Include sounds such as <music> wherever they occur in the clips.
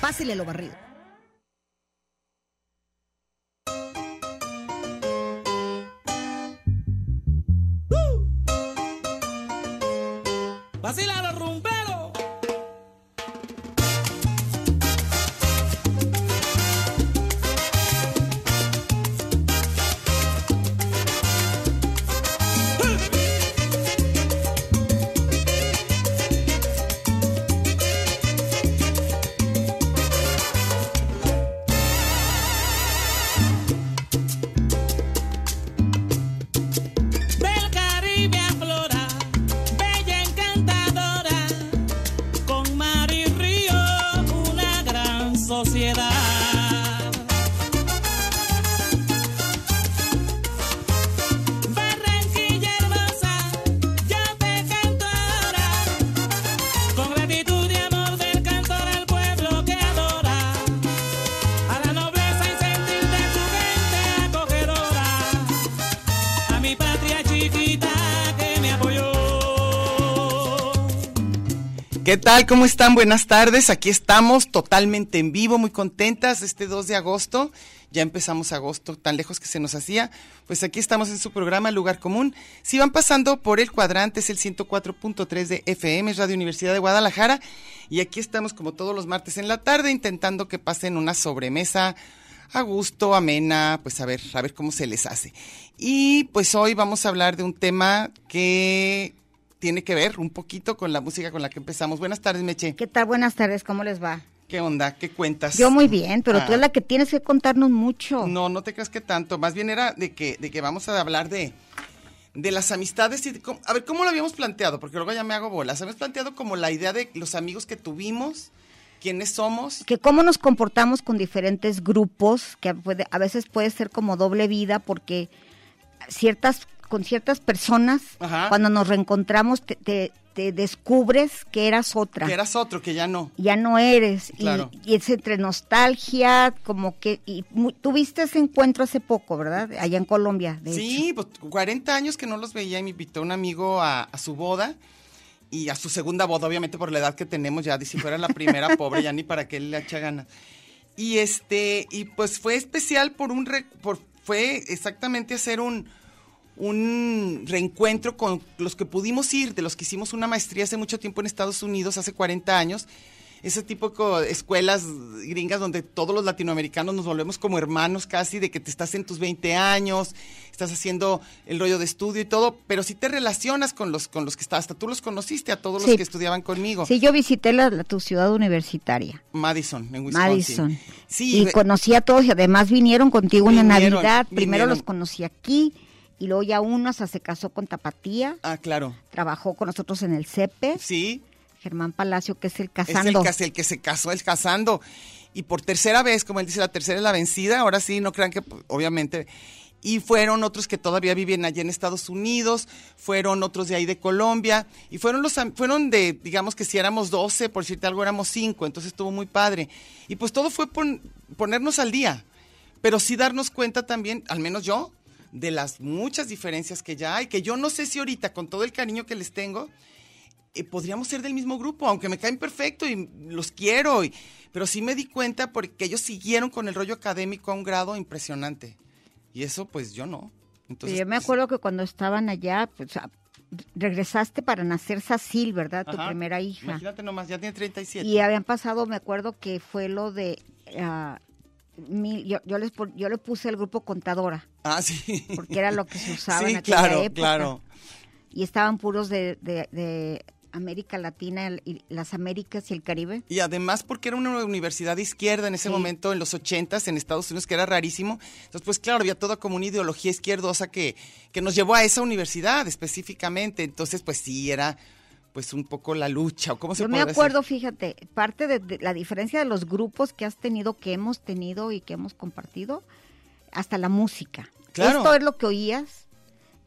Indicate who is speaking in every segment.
Speaker 1: Pásele lo barrido.
Speaker 2: ¡Vacila los rumberos! Del Caribe aflora, bella encantadora, con mar y río una gran sociedad. Barranquilla hermosa, yo te canto ahora, con gratitud y amor del cantor al pueblo que adora, a la nobleza y sentir de tu gente acogedora a mi patria chiquita que me apoyó.
Speaker 3: ¿Qué tal? ¿Cómo están? Buenas tardes. Aquí estamos totalmente en vivo, muy contentas. Este 2 de agosto, ya empezamos agosto, tan lejos que se nos hacía. Pues aquí estamos en su programa Lugar Común. Si van pasando por el cuadrante, es el 104.3 de FM, es Radio Universidad de Guadalajara. Y aquí estamos como todos los martes en la tarde, intentando que pasen una sobremesa a gusto, amena, pues a ver, a ver cómo se les hace. Y pues hoy vamos a hablar de un tema que tiene que ver un poquito con la música con la que empezamos. Buenas tardes, Meche.
Speaker 4: ¿Qué tal? Buenas tardes, ¿cómo les va?
Speaker 3: ¿Qué onda? ¿Qué cuentas?
Speaker 1: Pues
Speaker 4: Yo muy bien, pero tú
Speaker 3: Ah.
Speaker 4: es la que tienes que contarnos mucho.
Speaker 3: No, no te creas que tanto. Más bien era de que, de que vamos a hablar de, de las amistades y de cómo- a ver, ¿cómo lo habíamos planteado? Porque luego ya me hago bolas. Habíamos planteado como la idea de los amigos que tuvimos, quiénes somos.
Speaker 4: Que cómo nos comportamos con diferentes grupos, que puede- a veces puede ser como doble vida, porque ciertas con ciertas personas,
Speaker 3: Ajá.
Speaker 4: cuando nos reencontramos, te, te- te descubres que eras otra.
Speaker 3: Que eras otro, que ya no.
Speaker 4: ya no eres. Y-
Speaker 3: Claro.
Speaker 4: Y, es entre nostalgia, como que... Y mu- tuviste ese encuentro hace poco, ¿verdad? Allá en Colombia, de hecho.
Speaker 3: Sí, pues 40 años que no los veía y me invitó un amigo a, a su boda y a su segunda boda, obviamente por la edad que tenemos ya, si fuera la
Speaker 4: <laughs>
Speaker 3: primera, pobre, ya ni para qué le echa ganas. Y este, y pues fue especial por un, re- por, fue exactamente hacer un, un reencuentro con los que pudimos ir, de los que hicimos una maestría hace mucho tiempo en Estados Unidos, hace 40 años. Ese tipo de co- escuelas gringas donde todos los latinoamericanos nos volvemos como hermanos casi, de que te estás en tus 20 años, estás haciendo el rollo de estudio y todo, pero sí te relacionas con los, con los que estás, hasta tú los conociste a todos los
Speaker 4: Sí.
Speaker 3: que estudiaban conmigo.
Speaker 4: Sí, yo visité la- la- tu ciudad universitaria.
Speaker 3: Madison, en Wisconsin.
Speaker 4: Madison.
Speaker 3: Sí,
Speaker 4: y
Speaker 3: re-
Speaker 4: conocí a todos y además vinieron contigo una
Speaker 3: Vinieron,
Speaker 4: Navidad. Primero
Speaker 3: vinieron.
Speaker 4: los conocí aquí y luego ya uno hasta se casó con Tapatía,
Speaker 3: ah, claro.
Speaker 4: trabajó con nosotros en el CEPES,
Speaker 3: Sí,
Speaker 4: Germán Palacio, que es el
Speaker 3: Es el
Speaker 4: casando.
Speaker 3: cas- el, que se casó, el casando. Y por tercera vez, como él dice, la tercera es la vencida. Ahora sí, no crean que, pues, obviamente. Y fueron otros que todavía viven allá en Estados Unidos, fueron otros de ahí de Colombia, y fueron los am- fueron de, digamos que si éramos 12, por decirte algo, éramos 5, entonces estuvo muy padre. Y pues todo fue pon- ponernos al día, pero sí darnos cuenta también, al menos yo, de las muchas diferencias que ya hay, que yo no sé si ahorita, con todo el cariño que les tengo, eh, podríamos ser del mismo grupo, aunque me caen perfecto y los quiero, y- pero sí me di cuenta porque ellos siguieron con el rollo académico a un grado impresionante. Y eso pues yo no. Entonces,
Speaker 4: yo me
Speaker 3: pues,
Speaker 4: acuerdo que cuando estaban allá, pues, a- regresaste para nacer Sacil, ¿verdad? Tu
Speaker 3: ajá,
Speaker 4: primera hija.
Speaker 3: Imagínate nomás, ya tiene 37.
Speaker 4: Y habían pasado, me acuerdo que fue lo de... ah, mil- yo, yo les, pon- yo le puse el grupo contadora,
Speaker 3: Ah, sí.
Speaker 4: porque era lo que se usaba
Speaker 3: <laughs> sí,
Speaker 4: en aquella
Speaker 3: claro,
Speaker 4: época.
Speaker 3: claro.
Speaker 4: y estaban puros de, de- de América Latina y las Américas y el Caribe.
Speaker 3: Y además porque era una universidad de izquierda en
Speaker 4: Sí.
Speaker 3: ese momento, en los ochentas, en Estados Unidos, que era rarísimo. Entonces, pues claro, había toda como una ideología izquierdosa que, que nos llevó a esa universidad específicamente. Entonces, pues sí, era pues un poco la lucha, o cómo se
Speaker 4: Yo me
Speaker 3: podría
Speaker 4: acuerdo, fíjate, parte de, de la diferencia de los grupos que has tenido, que hemos tenido y que hemos compartido, hasta la música.
Speaker 3: Claro.
Speaker 4: Esto es lo que oías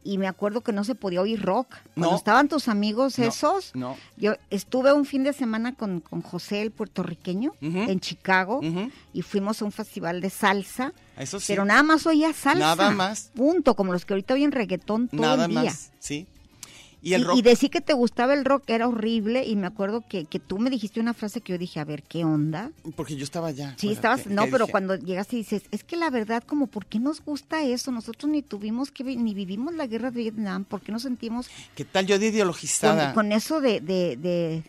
Speaker 4: y me acuerdo que no se podía oír rock. Cuando
Speaker 3: No.
Speaker 4: estaban tus amigos
Speaker 3: No,
Speaker 4: esos,
Speaker 3: no.
Speaker 4: yo estuve un fin de semana con, con José, el puertorriqueño,
Speaker 3: Ujú.
Speaker 4: en Chicago
Speaker 3: Ujú.
Speaker 4: y fuimos a un festival de salsa.
Speaker 3: Eso sí.
Speaker 4: Pero nada más oía salsa.
Speaker 3: Nada más.
Speaker 4: Punto, como los que ahorita oyen reggaetón todo
Speaker 3: Nada
Speaker 4: el día.
Speaker 3: más, sí. Y el
Speaker 4: Y-
Speaker 3: rock,
Speaker 4: y decir que te gustaba el rock era horrible y me acuerdo que, que tú me dijiste una frase que yo dije, a ver, ¿qué onda?
Speaker 3: porque yo estaba allá.
Speaker 4: Sí,
Speaker 3: acuérdate,
Speaker 4: estabas, no,
Speaker 3: que
Speaker 4: pero
Speaker 3: dije,
Speaker 4: cuando llegaste y dices, es que la verdad, como, ¿por qué nos gusta eso? Nosotros ni tuvimos que, vi- ni vivimos la guerra de Vietnam, ¿por qué nos sentimos
Speaker 3: ¿Qué tal yo de
Speaker 4: con,
Speaker 3: ideologizada?
Speaker 4: con eso de, de, de,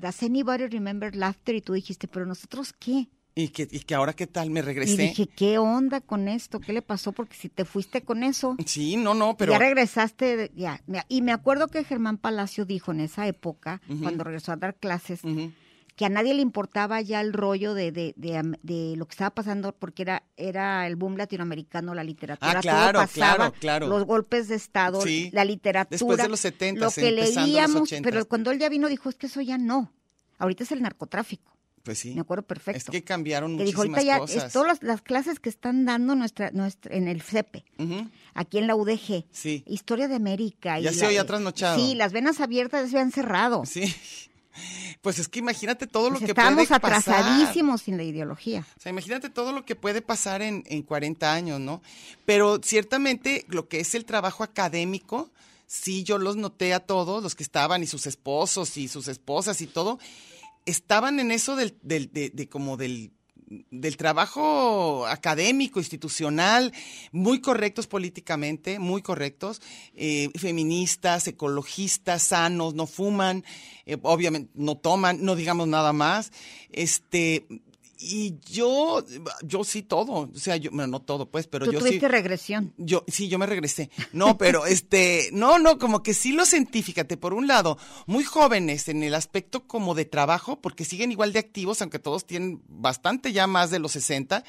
Speaker 4: does anybody remember laughter? Y tú dijiste, pero nosotros qué?
Speaker 3: Y, que, y que ahora qué tal me
Speaker 4: Y
Speaker 3: regresé.
Speaker 4: dije, ¿qué onda con esto? ¿Qué le pasó? Porque si te fuiste con eso,
Speaker 3: sí, no, no, pero...
Speaker 4: ya regresaste, de- ya. Me- Y me acuerdo que Germán Palacio dijo en esa época,
Speaker 3: Ujú.
Speaker 4: cuando regresó a dar clases,
Speaker 3: Ujú.
Speaker 4: que a nadie le importaba ya el rollo de, de, de am- de lo que estaba pasando porque era, era el boom latinoamericano, la literatura,
Speaker 3: Ah,
Speaker 4: todo
Speaker 3: claro,
Speaker 4: pasaba,
Speaker 3: claro, claro.
Speaker 4: los golpes de Estado,
Speaker 3: Sí.
Speaker 4: la literatura.
Speaker 3: Después de los 70,
Speaker 4: lo que
Speaker 3: empezando los
Speaker 4: leíamos,
Speaker 3: 80.
Speaker 4: pero cuando él ya vino dijo, es que eso ya no, ahorita es el narcotráfico,
Speaker 3: Pues sí.
Speaker 4: me acuerdo perfecto.
Speaker 3: Es que cambiaron
Speaker 4: Que dijo,
Speaker 3: muchísimas
Speaker 4: ahorita ya
Speaker 3: cosas.
Speaker 4: es todas las, las clases que están dando nuestra, nuestra en el CEPE,
Speaker 3: Ujú.
Speaker 4: aquí en la UDG,
Speaker 3: Sí.
Speaker 4: historia de América.
Speaker 3: Ya
Speaker 4: y
Speaker 3: se
Speaker 4: la-
Speaker 3: oía trasnochado.
Speaker 4: Sí, las venas abiertas ya se han cerrado.
Speaker 3: Sí. <laughs> Pues es que imagínate todo lo
Speaker 4: Pues
Speaker 3: que
Speaker 4: estábamos
Speaker 3: puede pasar.
Speaker 4: atrasadísimos sin la ideología.
Speaker 3: O sea, imagínate todo lo que puede pasar en, en 40 años, ¿no? Pero ciertamente lo que es el trabajo académico, sí, yo los noté a todos, los que estaban y sus esposos y sus esposas y todo, estaban en eso del, del- de, de como del del trabajo académico, institucional, muy correctos políticamente, muy correctos, eh, feministas, ecologistas, sanos, no fuman, eh, obviamente no toman, no digamos nada más, este, y yo, yo sí todo, o sea, yo, bueno, no todo pues, pero
Speaker 4: Tú
Speaker 3: yo sí.
Speaker 4: tuviste regresión.
Speaker 3: Yo, sí, yo me regresé. No, pero este, no, no, como que sí los sentí, fíjate, por un lado, muy jóvenes en el aspecto como de trabajo, porque siguen igual de activos, aunque todos tienen bastante ya más de los 60,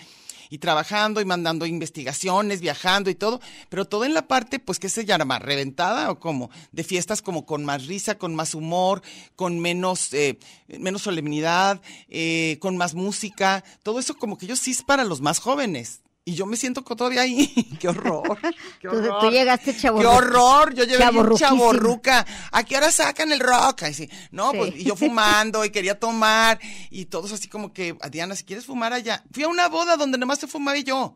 Speaker 3: y trabajando y mandando investigaciones, viajando y todo, pero todo en la parte, pues, ¿qué se llama? ¿Reventada o cómo? De fiestas como con más risa, con más humor, con menos, eh, menos solemnidad, eh, con más música, todo eso como que yo sí es para los más jóvenes. Y yo me siento co- todavía ahí. <laughs> ¡Qué horror! ¡Qué
Speaker 4: Tú, tú
Speaker 3: horror!
Speaker 4: llegaste chavo.
Speaker 3: ¡Qué horror! Yo llevé un
Speaker 4: Chavorruquísima.
Speaker 3: chaborruca. ¿A qué hora sacan el rock? Ay, sí. No,
Speaker 4: Sí.
Speaker 3: pues y yo fumando y quería tomar. Y todos así como que, Diana, si quieres fumar allá. Fui a una boda donde nomás se fumaba y yo.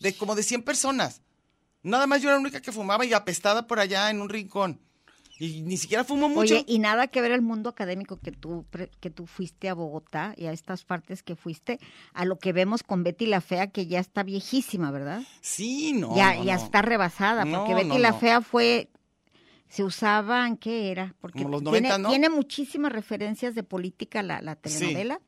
Speaker 3: De como de 100 personas. Nada más yo era la única que fumaba y apestada por allá en un rincón. Y ni siquiera fumo mucho.
Speaker 4: Oye, y nada que ver el mundo académico que tú, pre- que tú fuiste a Bogotá y a estas partes que fuiste, a lo que vemos con Betty la Fea, que ya está viejísima, ¿verdad?
Speaker 3: sí, no.
Speaker 4: ya,
Speaker 3: no,
Speaker 4: ya
Speaker 3: no.
Speaker 4: está rebasada,
Speaker 3: No,
Speaker 4: porque Betty
Speaker 3: no,
Speaker 4: la
Speaker 3: no.
Speaker 4: Fea fue, se usaban, ¿qué era? Porque
Speaker 3: Como los
Speaker 4: tiene,
Speaker 3: 90, ¿no?
Speaker 4: tiene muchísimas referencias de política la, la
Speaker 3: Sí.
Speaker 4: telenovela.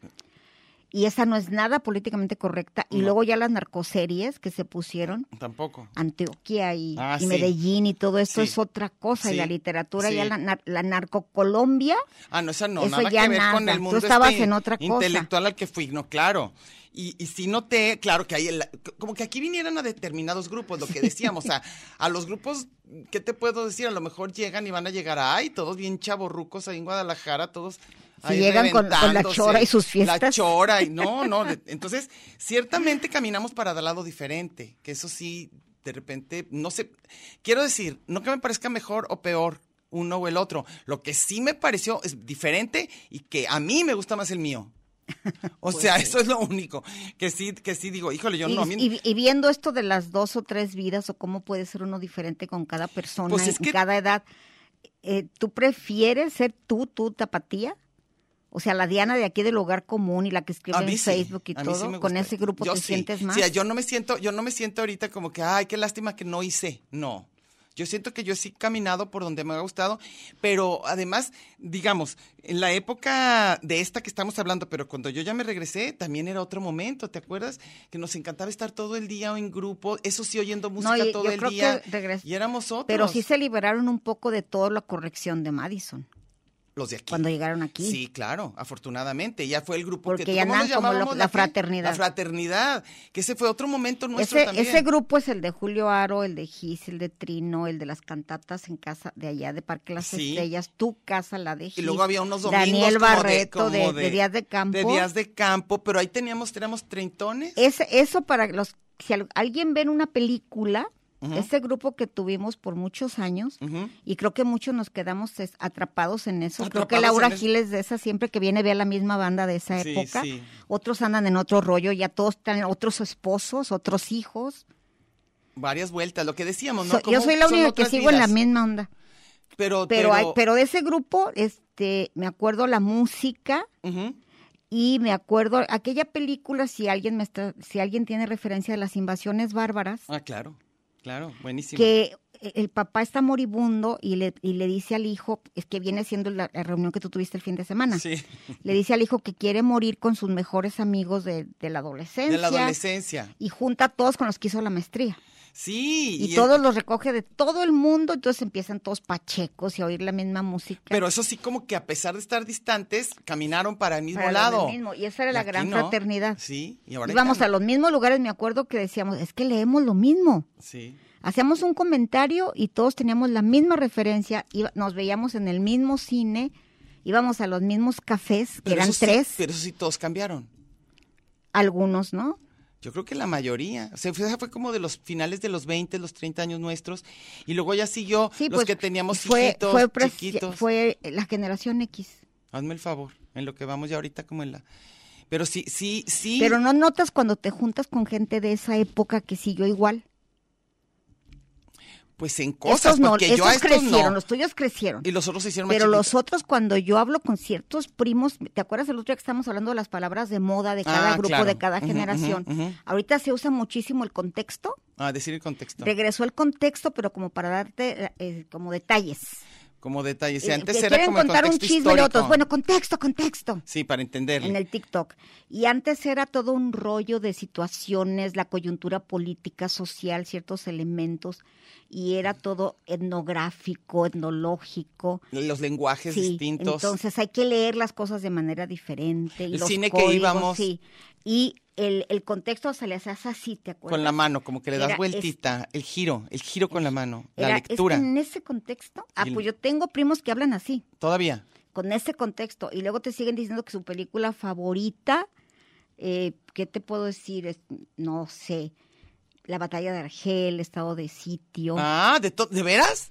Speaker 4: Y esa no es nada políticamente correcta. Y
Speaker 3: No.
Speaker 4: luego ya las narcoseries que se pusieron,
Speaker 3: Tampoco.
Speaker 4: Antioquia y,
Speaker 3: Ah,
Speaker 4: y
Speaker 3: sí.
Speaker 4: Medellín y todo esto
Speaker 3: Sí.
Speaker 4: es otra cosa. Y
Speaker 3: Sí.
Speaker 4: la literatura, ya
Speaker 3: Sí.
Speaker 4: la, nar- la narcocolombia,
Speaker 3: Ah, no, esa no,
Speaker 4: Eso
Speaker 3: nada
Speaker 4: ya
Speaker 3: que ver con
Speaker 4: nada.
Speaker 3: el
Speaker 4: Tú
Speaker 3: mundo
Speaker 4: estabas
Speaker 3: este
Speaker 4: en otra cosa.
Speaker 3: intelectual al que fui, no, claro. Y, y sí noté, claro, que hay, el- como que aquí vinieran a determinados grupos, lo que decíamos,
Speaker 4: <laughs>
Speaker 3: a, a los grupos, ¿qué te puedo decir? A lo mejor llegan y van a llegar, ay, todos bien chaborrucos ahí en Guadalajara, todos
Speaker 4: Si
Speaker 3: ahí
Speaker 4: llegan con- con la
Speaker 3: reventándose,
Speaker 4: chora y sus
Speaker 3: La
Speaker 4: fiestas.
Speaker 3: chora y
Speaker 4: <laughs>
Speaker 3: no, no, de- entonces, ciertamente caminamos para el lado diferente, que eso sí, de repente, no sé, quiero decir, no que me parezca mejor o peor, uno o el otro. Lo que sí me pareció es diferente y que a mí me gusta más el mío. O sea, eso es lo único. Que sí, que sí digo, híjole, yo
Speaker 4: Pues y,
Speaker 3: no. a mí-
Speaker 4: y- y viendo esto de las dos o tres vidas o cómo puede ser uno diferente con cada persona,
Speaker 3: Pues es
Speaker 4: en
Speaker 3: que-
Speaker 4: cada edad, eh, ¿tú prefieres ser tú, tú, tapatía? O sea, la Diana de aquí del hogar común y la que escribe
Speaker 3: a
Speaker 4: en
Speaker 3: mí sí,
Speaker 4: Facebook y
Speaker 3: a mí sí
Speaker 4: todo,
Speaker 3: me
Speaker 4: con
Speaker 3: gusta.
Speaker 4: ese grupo
Speaker 3: Yo
Speaker 4: te
Speaker 3: sí.
Speaker 4: sientes más.
Speaker 3: Sí, yo no me siento, yo no me siento ahorita como que, ay, qué lástima que no hice. No. Yo siento que yo sí he caminado por donde me ha gustado, pero además, digamos, en la época de esta que estamos hablando, pero cuando yo ya me regresé, también era otro momento, ¿te acuerdas? Que nos encantaba estar todo el día en grupo, eso sí, oyendo música
Speaker 4: y-
Speaker 3: todo
Speaker 4: yo
Speaker 3: el
Speaker 4: creo
Speaker 3: día.
Speaker 4: que regres-
Speaker 3: Y éramos otros.
Speaker 4: Pero sí se liberaron un poco de toda la corrección de Madison
Speaker 3: los de aquí.
Speaker 4: cuando llegaron aquí.
Speaker 3: Sí, claro, afortunadamente. Ya fue el grupo
Speaker 4: Porque
Speaker 3: que
Speaker 4: ya
Speaker 3: ¿cómo nos
Speaker 4: andan como lo-
Speaker 3: llamábamos
Speaker 4: la
Speaker 3: aquí?
Speaker 4: fraternidad.
Speaker 3: La fraternidad, que ese fue otro momento nuestro
Speaker 4: Ese,
Speaker 3: también.
Speaker 4: ese grupo es el de Julio Aro, el de Gis, el de Trino, el de las cantatas en casa de allá de Parque Las
Speaker 3: Sí.
Speaker 4: Estrellas, tu casa, la de Gis.
Speaker 3: y luego había unos domingos
Speaker 4: Daniel
Speaker 3: como de-
Speaker 4: Barreto de,
Speaker 3: como
Speaker 4: de Días de Campo. Eh.
Speaker 3: De días de campo, pero ahí teníamos, éramos treintones.
Speaker 4: Ese- eso para los si al- alguien ve en una película,
Speaker 3: Ujú.
Speaker 4: ese grupo que tuvimos por muchos años,
Speaker 3: Ujú.
Speaker 4: y creo que muchos nos quedamos es- atrapados en eso. creo que
Speaker 3: Atrapados
Speaker 4: Laura
Speaker 3: en eso.
Speaker 4: Giles de esa siempre que viene ve a la misma banda de esa
Speaker 3: Sí,
Speaker 4: época.
Speaker 3: sí.
Speaker 4: Otros andan en otro rollo, ya todos están otros esposos, otros hijos.
Speaker 3: Varias vueltas, lo que decíamos, ¿no?
Speaker 4: So- yo
Speaker 3: Cómo
Speaker 4: soy la
Speaker 3: son
Speaker 4: única que
Speaker 3: otras
Speaker 4: sigo en la
Speaker 3: vidas.
Speaker 4: misma onda. Pero,
Speaker 3: Pero, pero,
Speaker 4: hay, pero de ese grupo, este, me acuerdo la música
Speaker 3: Ujú.
Speaker 4: y me acuerdo aquella película, si alguien me está, si alguien tiene referencia de las invasiones bárbaras,
Speaker 3: Ah, claro, claro, buenísimo.
Speaker 4: que el papá está moribundo y le, y le dice al hijo, es que viene siendo la, la reunión que tú tuviste el fin de semana,
Speaker 3: Sí,
Speaker 4: le dice al hijo que quiere morir con sus mejores amigos de, de la adolescencia.
Speaker 3: de la adolescencia.
Speaker 4: Y junta a todos con los que hizo la maestría.
Speaker 3: Sí.
Speaker 4: Y,
Speaker 3: el-
Speaker 4: todos los recoge de todo el mundo, entonces empiezan todos pachecos y a oír la misma música.
Speaker 3: Pero eso sí, como que a pesar de estar distantes, caminaron para el mismo
Speaker 4: Para donde
Speaker 3: lado.
Speaker 4: mismo, Y esa era la
Speaker 3: Aquí
Speaker 4: gran
Speaker 3: no.
Speaker 4: fraternidad.
Speaker 3: Sí, y ahora
Speaker 4: Íbamos
Speaker 3: ya
Speaker 4: a
Speaker 3: no.
Speaker 4: los mismos lugares, me acuerdo que decíamos, es que leemos lo mismo.
Speaker 3: Sí.
Speaker 4: Hacíamos un comentario y todos teníamos la misma referencia, iba- nos veíamos en el mismo cine, íbamos a los mismos cafés, que
Speaker 3: Pero
Speaker 4: eran
Speaker 3: eso sí-
Speaker 4: tres,
Speaker 3: pero eso sí, todos cambiaron.
Speaker 4: algunos, ¿no?
Speaker 3: Yo creo que la mayoría. O sea, fue, esa fue como de los finales de los 20, los 30 años nuestros. Y luego ya siguió
Speaker 4: Sí,
Speaker 3: los
Speaker 4: pues,
Speaker 3: que teníamos
Speaker 4: fue,
Speaker 3: hijitos,
Speaker 4: fue pres-
Speaker 3: chiquitos.
Speaker 4: fue la generación X.
Speaker 3: Hazme el favor, en lo que vamos ya ahorita como en la... Pero sí, sí, sí.
Speaker 4: Pero no notas cuando te juntas con gente de esa época que siguió igual.
Speaker 3: Pues en cosas,
Speaker 4: esos no,
Speaker 3: porque yo a
Speaker 4: esos
Speaker 3: estos
Speaker 4: crecieron,
Speaker 3: no.
Speaker 4: los tuyos crecieron.
Speaker 3: Y los otros se hicieron más
Speaker 4: Pero los
Speaker 3: chiquitos.
Speaker 4: otros, cuando yo hablo con ciertos primos, ¿te acuerdas el otro día que estábamos hablando de las palabras de moda de cada
Speaker 3: Ah,
Speaker 4: grupo,
Speaker 3: claro.
Speaker 4: de cada
Speaker 3: Ujú,
Speaker 4: generación?
Speaker 3: ujú, ujú.
Speaker 4: Ahorita se usa muchísimo el contexto.
Speaker 3: Ah, decir el contexto.
Speaker 4: Regresó el contexto, pero como para darte eh, como detalles.
Speaker 3: Como detalles.
Speaker 4: Eh,
Speaker 3: antes
Speaker 4: que
Speaker 3: era
Speaker 4: quieren
Speaker 3: como el
Speaker 4: contar un
Speaker 3: contexto
Speaker 4: chisme de
Speaker 3: histórico.
Speaker 4: otros. Bueno, contexto, contexto.
Speaker 3: sí, para entenderlo.
Speaker 4: En el TikTok. Y antes era todo un rollo de situaciones, la coyuntura política, social, ciertos elementos. Y era todo etnográfico, etnológico.
Speaker 3: Los lenguajes
Speaker 4: Sí,
Speaker 3: distintos.
Speaker 4: Entonces hay que leer las cosas de manera diferente. y
Speaker 3: El
Speaker 4: los
Speaker 3: cine que
Speaker 4: códigos,
Speaker 3: íbamos.
Speaker 4: Sí. Y el, el contexto se le hace así, ¿te acuerdas?
Speaker 3: con la mano, como que le
Speaker 4: pues, Era
Speaker 3: das
Speaker 4: es-
Speaker 3: vueltita, el giro, el giro con la mano, la
Speaker 4: Era, este es que
Speaker 3: lectura,
Speaker 4: en ese contexto. Ah,
Speaker 3: Y el-
Speaker 4: pues yo tengo primos que hablan así,
Speaker 3: todavía.
Speaker 4: con ese contexto. Y luego te siguen diciendo que su película favorita, eh, ¿qué te puedo decir? Es- no sé. La batalla de Argel, estado de sitio.
Speaker 3: Ah, ¿de, to- ¿de veras?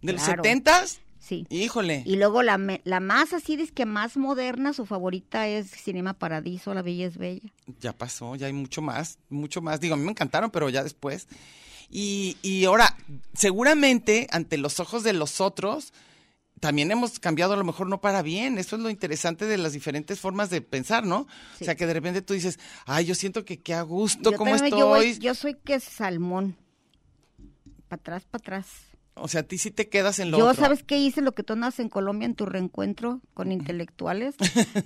Speaker 3: ¿De los
Speaker 4: Claro.
Speaker 3: setentas?
Speaker 4: Sí.
Speaker 3: Híjole.
Speaker 4: Y luego la, me- la más así, dice que más moderna, su favorita es Cinema Paradiso, La Bella es Bella.
Speaker 3: Ya pasó, ya hay mucho más, mucho más. Digo, a mí me encantaron, pero ya después. Y, y ahora, seguramente, ante los ojos de los otros, también hemos cambiado a lo mejor no para bien. Eso es lo interesante de las diferentes formas de pensar, ¿no?
Speaker 4: Sí.
Speaker 3: O sea, que de repente tú dices, ay, yo siento que qué a gusto,
Speaker 4: yo,
Speaker 3: cómo
Speaker 4: también-
Speaker 3: estoy.
Speaker 4: yo voy- yo soy que salmón. Para atrás, para atrás.
Speaker 3: O sea, a ti sí te quedas en lo
Speaker 4: yo,
Speaker 3: otro.
Speaker 4: ¿sabes qué hice? Lo que tú andas en Colombia en tu reencuentro con
Speaker 3: <laughs>
Speaker 4: intelectuales.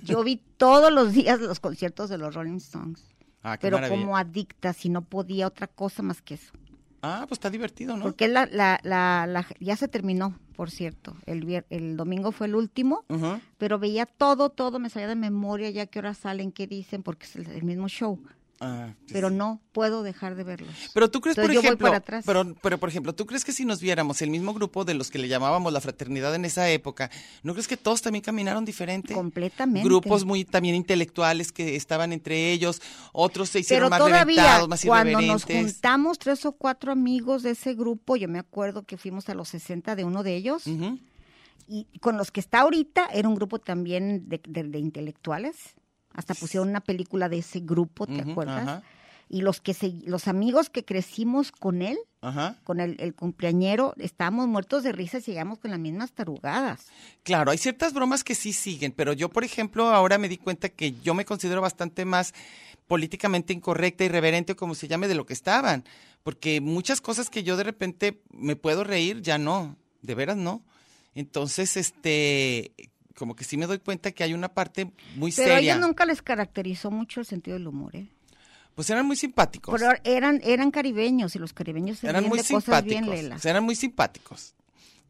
Speaker 4: Yo vi todos los días los conciertos de los Rolling Stones.
Speaker 3: Ah, qué
Speaker 4: Pero
Speaker 3: maravilla.
Speaker 4: como adicta, si no podía otra cosa más que eso.
Speaker 3: Ah, pues está divertido, ¿no?
Speaker 4: Porque la, la, la, la- ya se terminó, por cierto. El, vier- el domingo fue el último.
Speaker 3: Ujú.
Speaker 4: Pero veía todo, todo, me salía de memoria ya qué horas salen, qué dicen, porque es el, el mismo show.
Speaker 3: Ah, sí,
Speaker 4: Pero
Speaker 3: sí.
Speaker 4: no puedo dejar de verlos.
Speaker 3: Pero tú crees, por
Speaker 4: Entonces yo voy
Speaker 3: ejemplo,
Speaker 4: para atrás.
Speaker 3: Pero, pero por ejemplo, tú crees que si nos viéramos el mismo grupo de los que le llamábamos la fraternidad en esa época, ¿no crees que todos también caminaron diferente?
Speaker 4: Completamente.
Speaker 3: Grupos muy también intelectuales que estaban entre ellos, otros se
Speaker 4: Pero
Speaker 3: hicieron más
Speaker 4: todavía,
Speaker 3: reventados, más
Speaker 4: cuando nos
Speaker 3: irreverentes.
Speaker 4: juntamos tres o cuatro amigos de ese grupo, yo me acuerdo que fuimos a los 60 de uno de ellos,
Speaker 3: Ujú.
Speaker 4: y con los que está ahorita, era un grupo también de, de- de intelectuales. Hasta pusieron una película de ese grupo, ¿te
Speaker 3: Ujú,
Speaker 4: acuerdas?
Speaker 3: ajá.
Speaker 4: Y los, que se- los amigos que crecimos con él,
Speaker 3: Ajá.
Speaker 4: con el, el cumpleañero, estábamos muertos de risa y llegamos con las mismas tarugadas.
Speaker 3: Claro, hay ciertas bromas que sí siguen, pero yo, por ejemplo, ahora me di cuenta que yo me considero bastante más políticamente incorrecta, irreverente, o como se llame, de lo que estaban. Porque muchas cosas que yo de repente me puedo reír, ya no, de veras no. Entonces, este, como que sí me doy cuenta que hay una parte muy
Speaker 4: Pero a
Speaker 3: seria.
Speaker 4: ellos nunca les caracterizó mucho el sentido del humor, ¿eh?
Speaker 3: Pues eran muy simpáticos.
Speaker 4: Pero eran, eran caribeños y los caribeños se
Speaker 3: eran
Speaker 4: ríen
Speaker 3: muy
Speaker 4: de cosas bien
Speaker 3: simpáticos.
Speaker 4: lelas.
Speaker 3: o sea, eran muy simpáticos.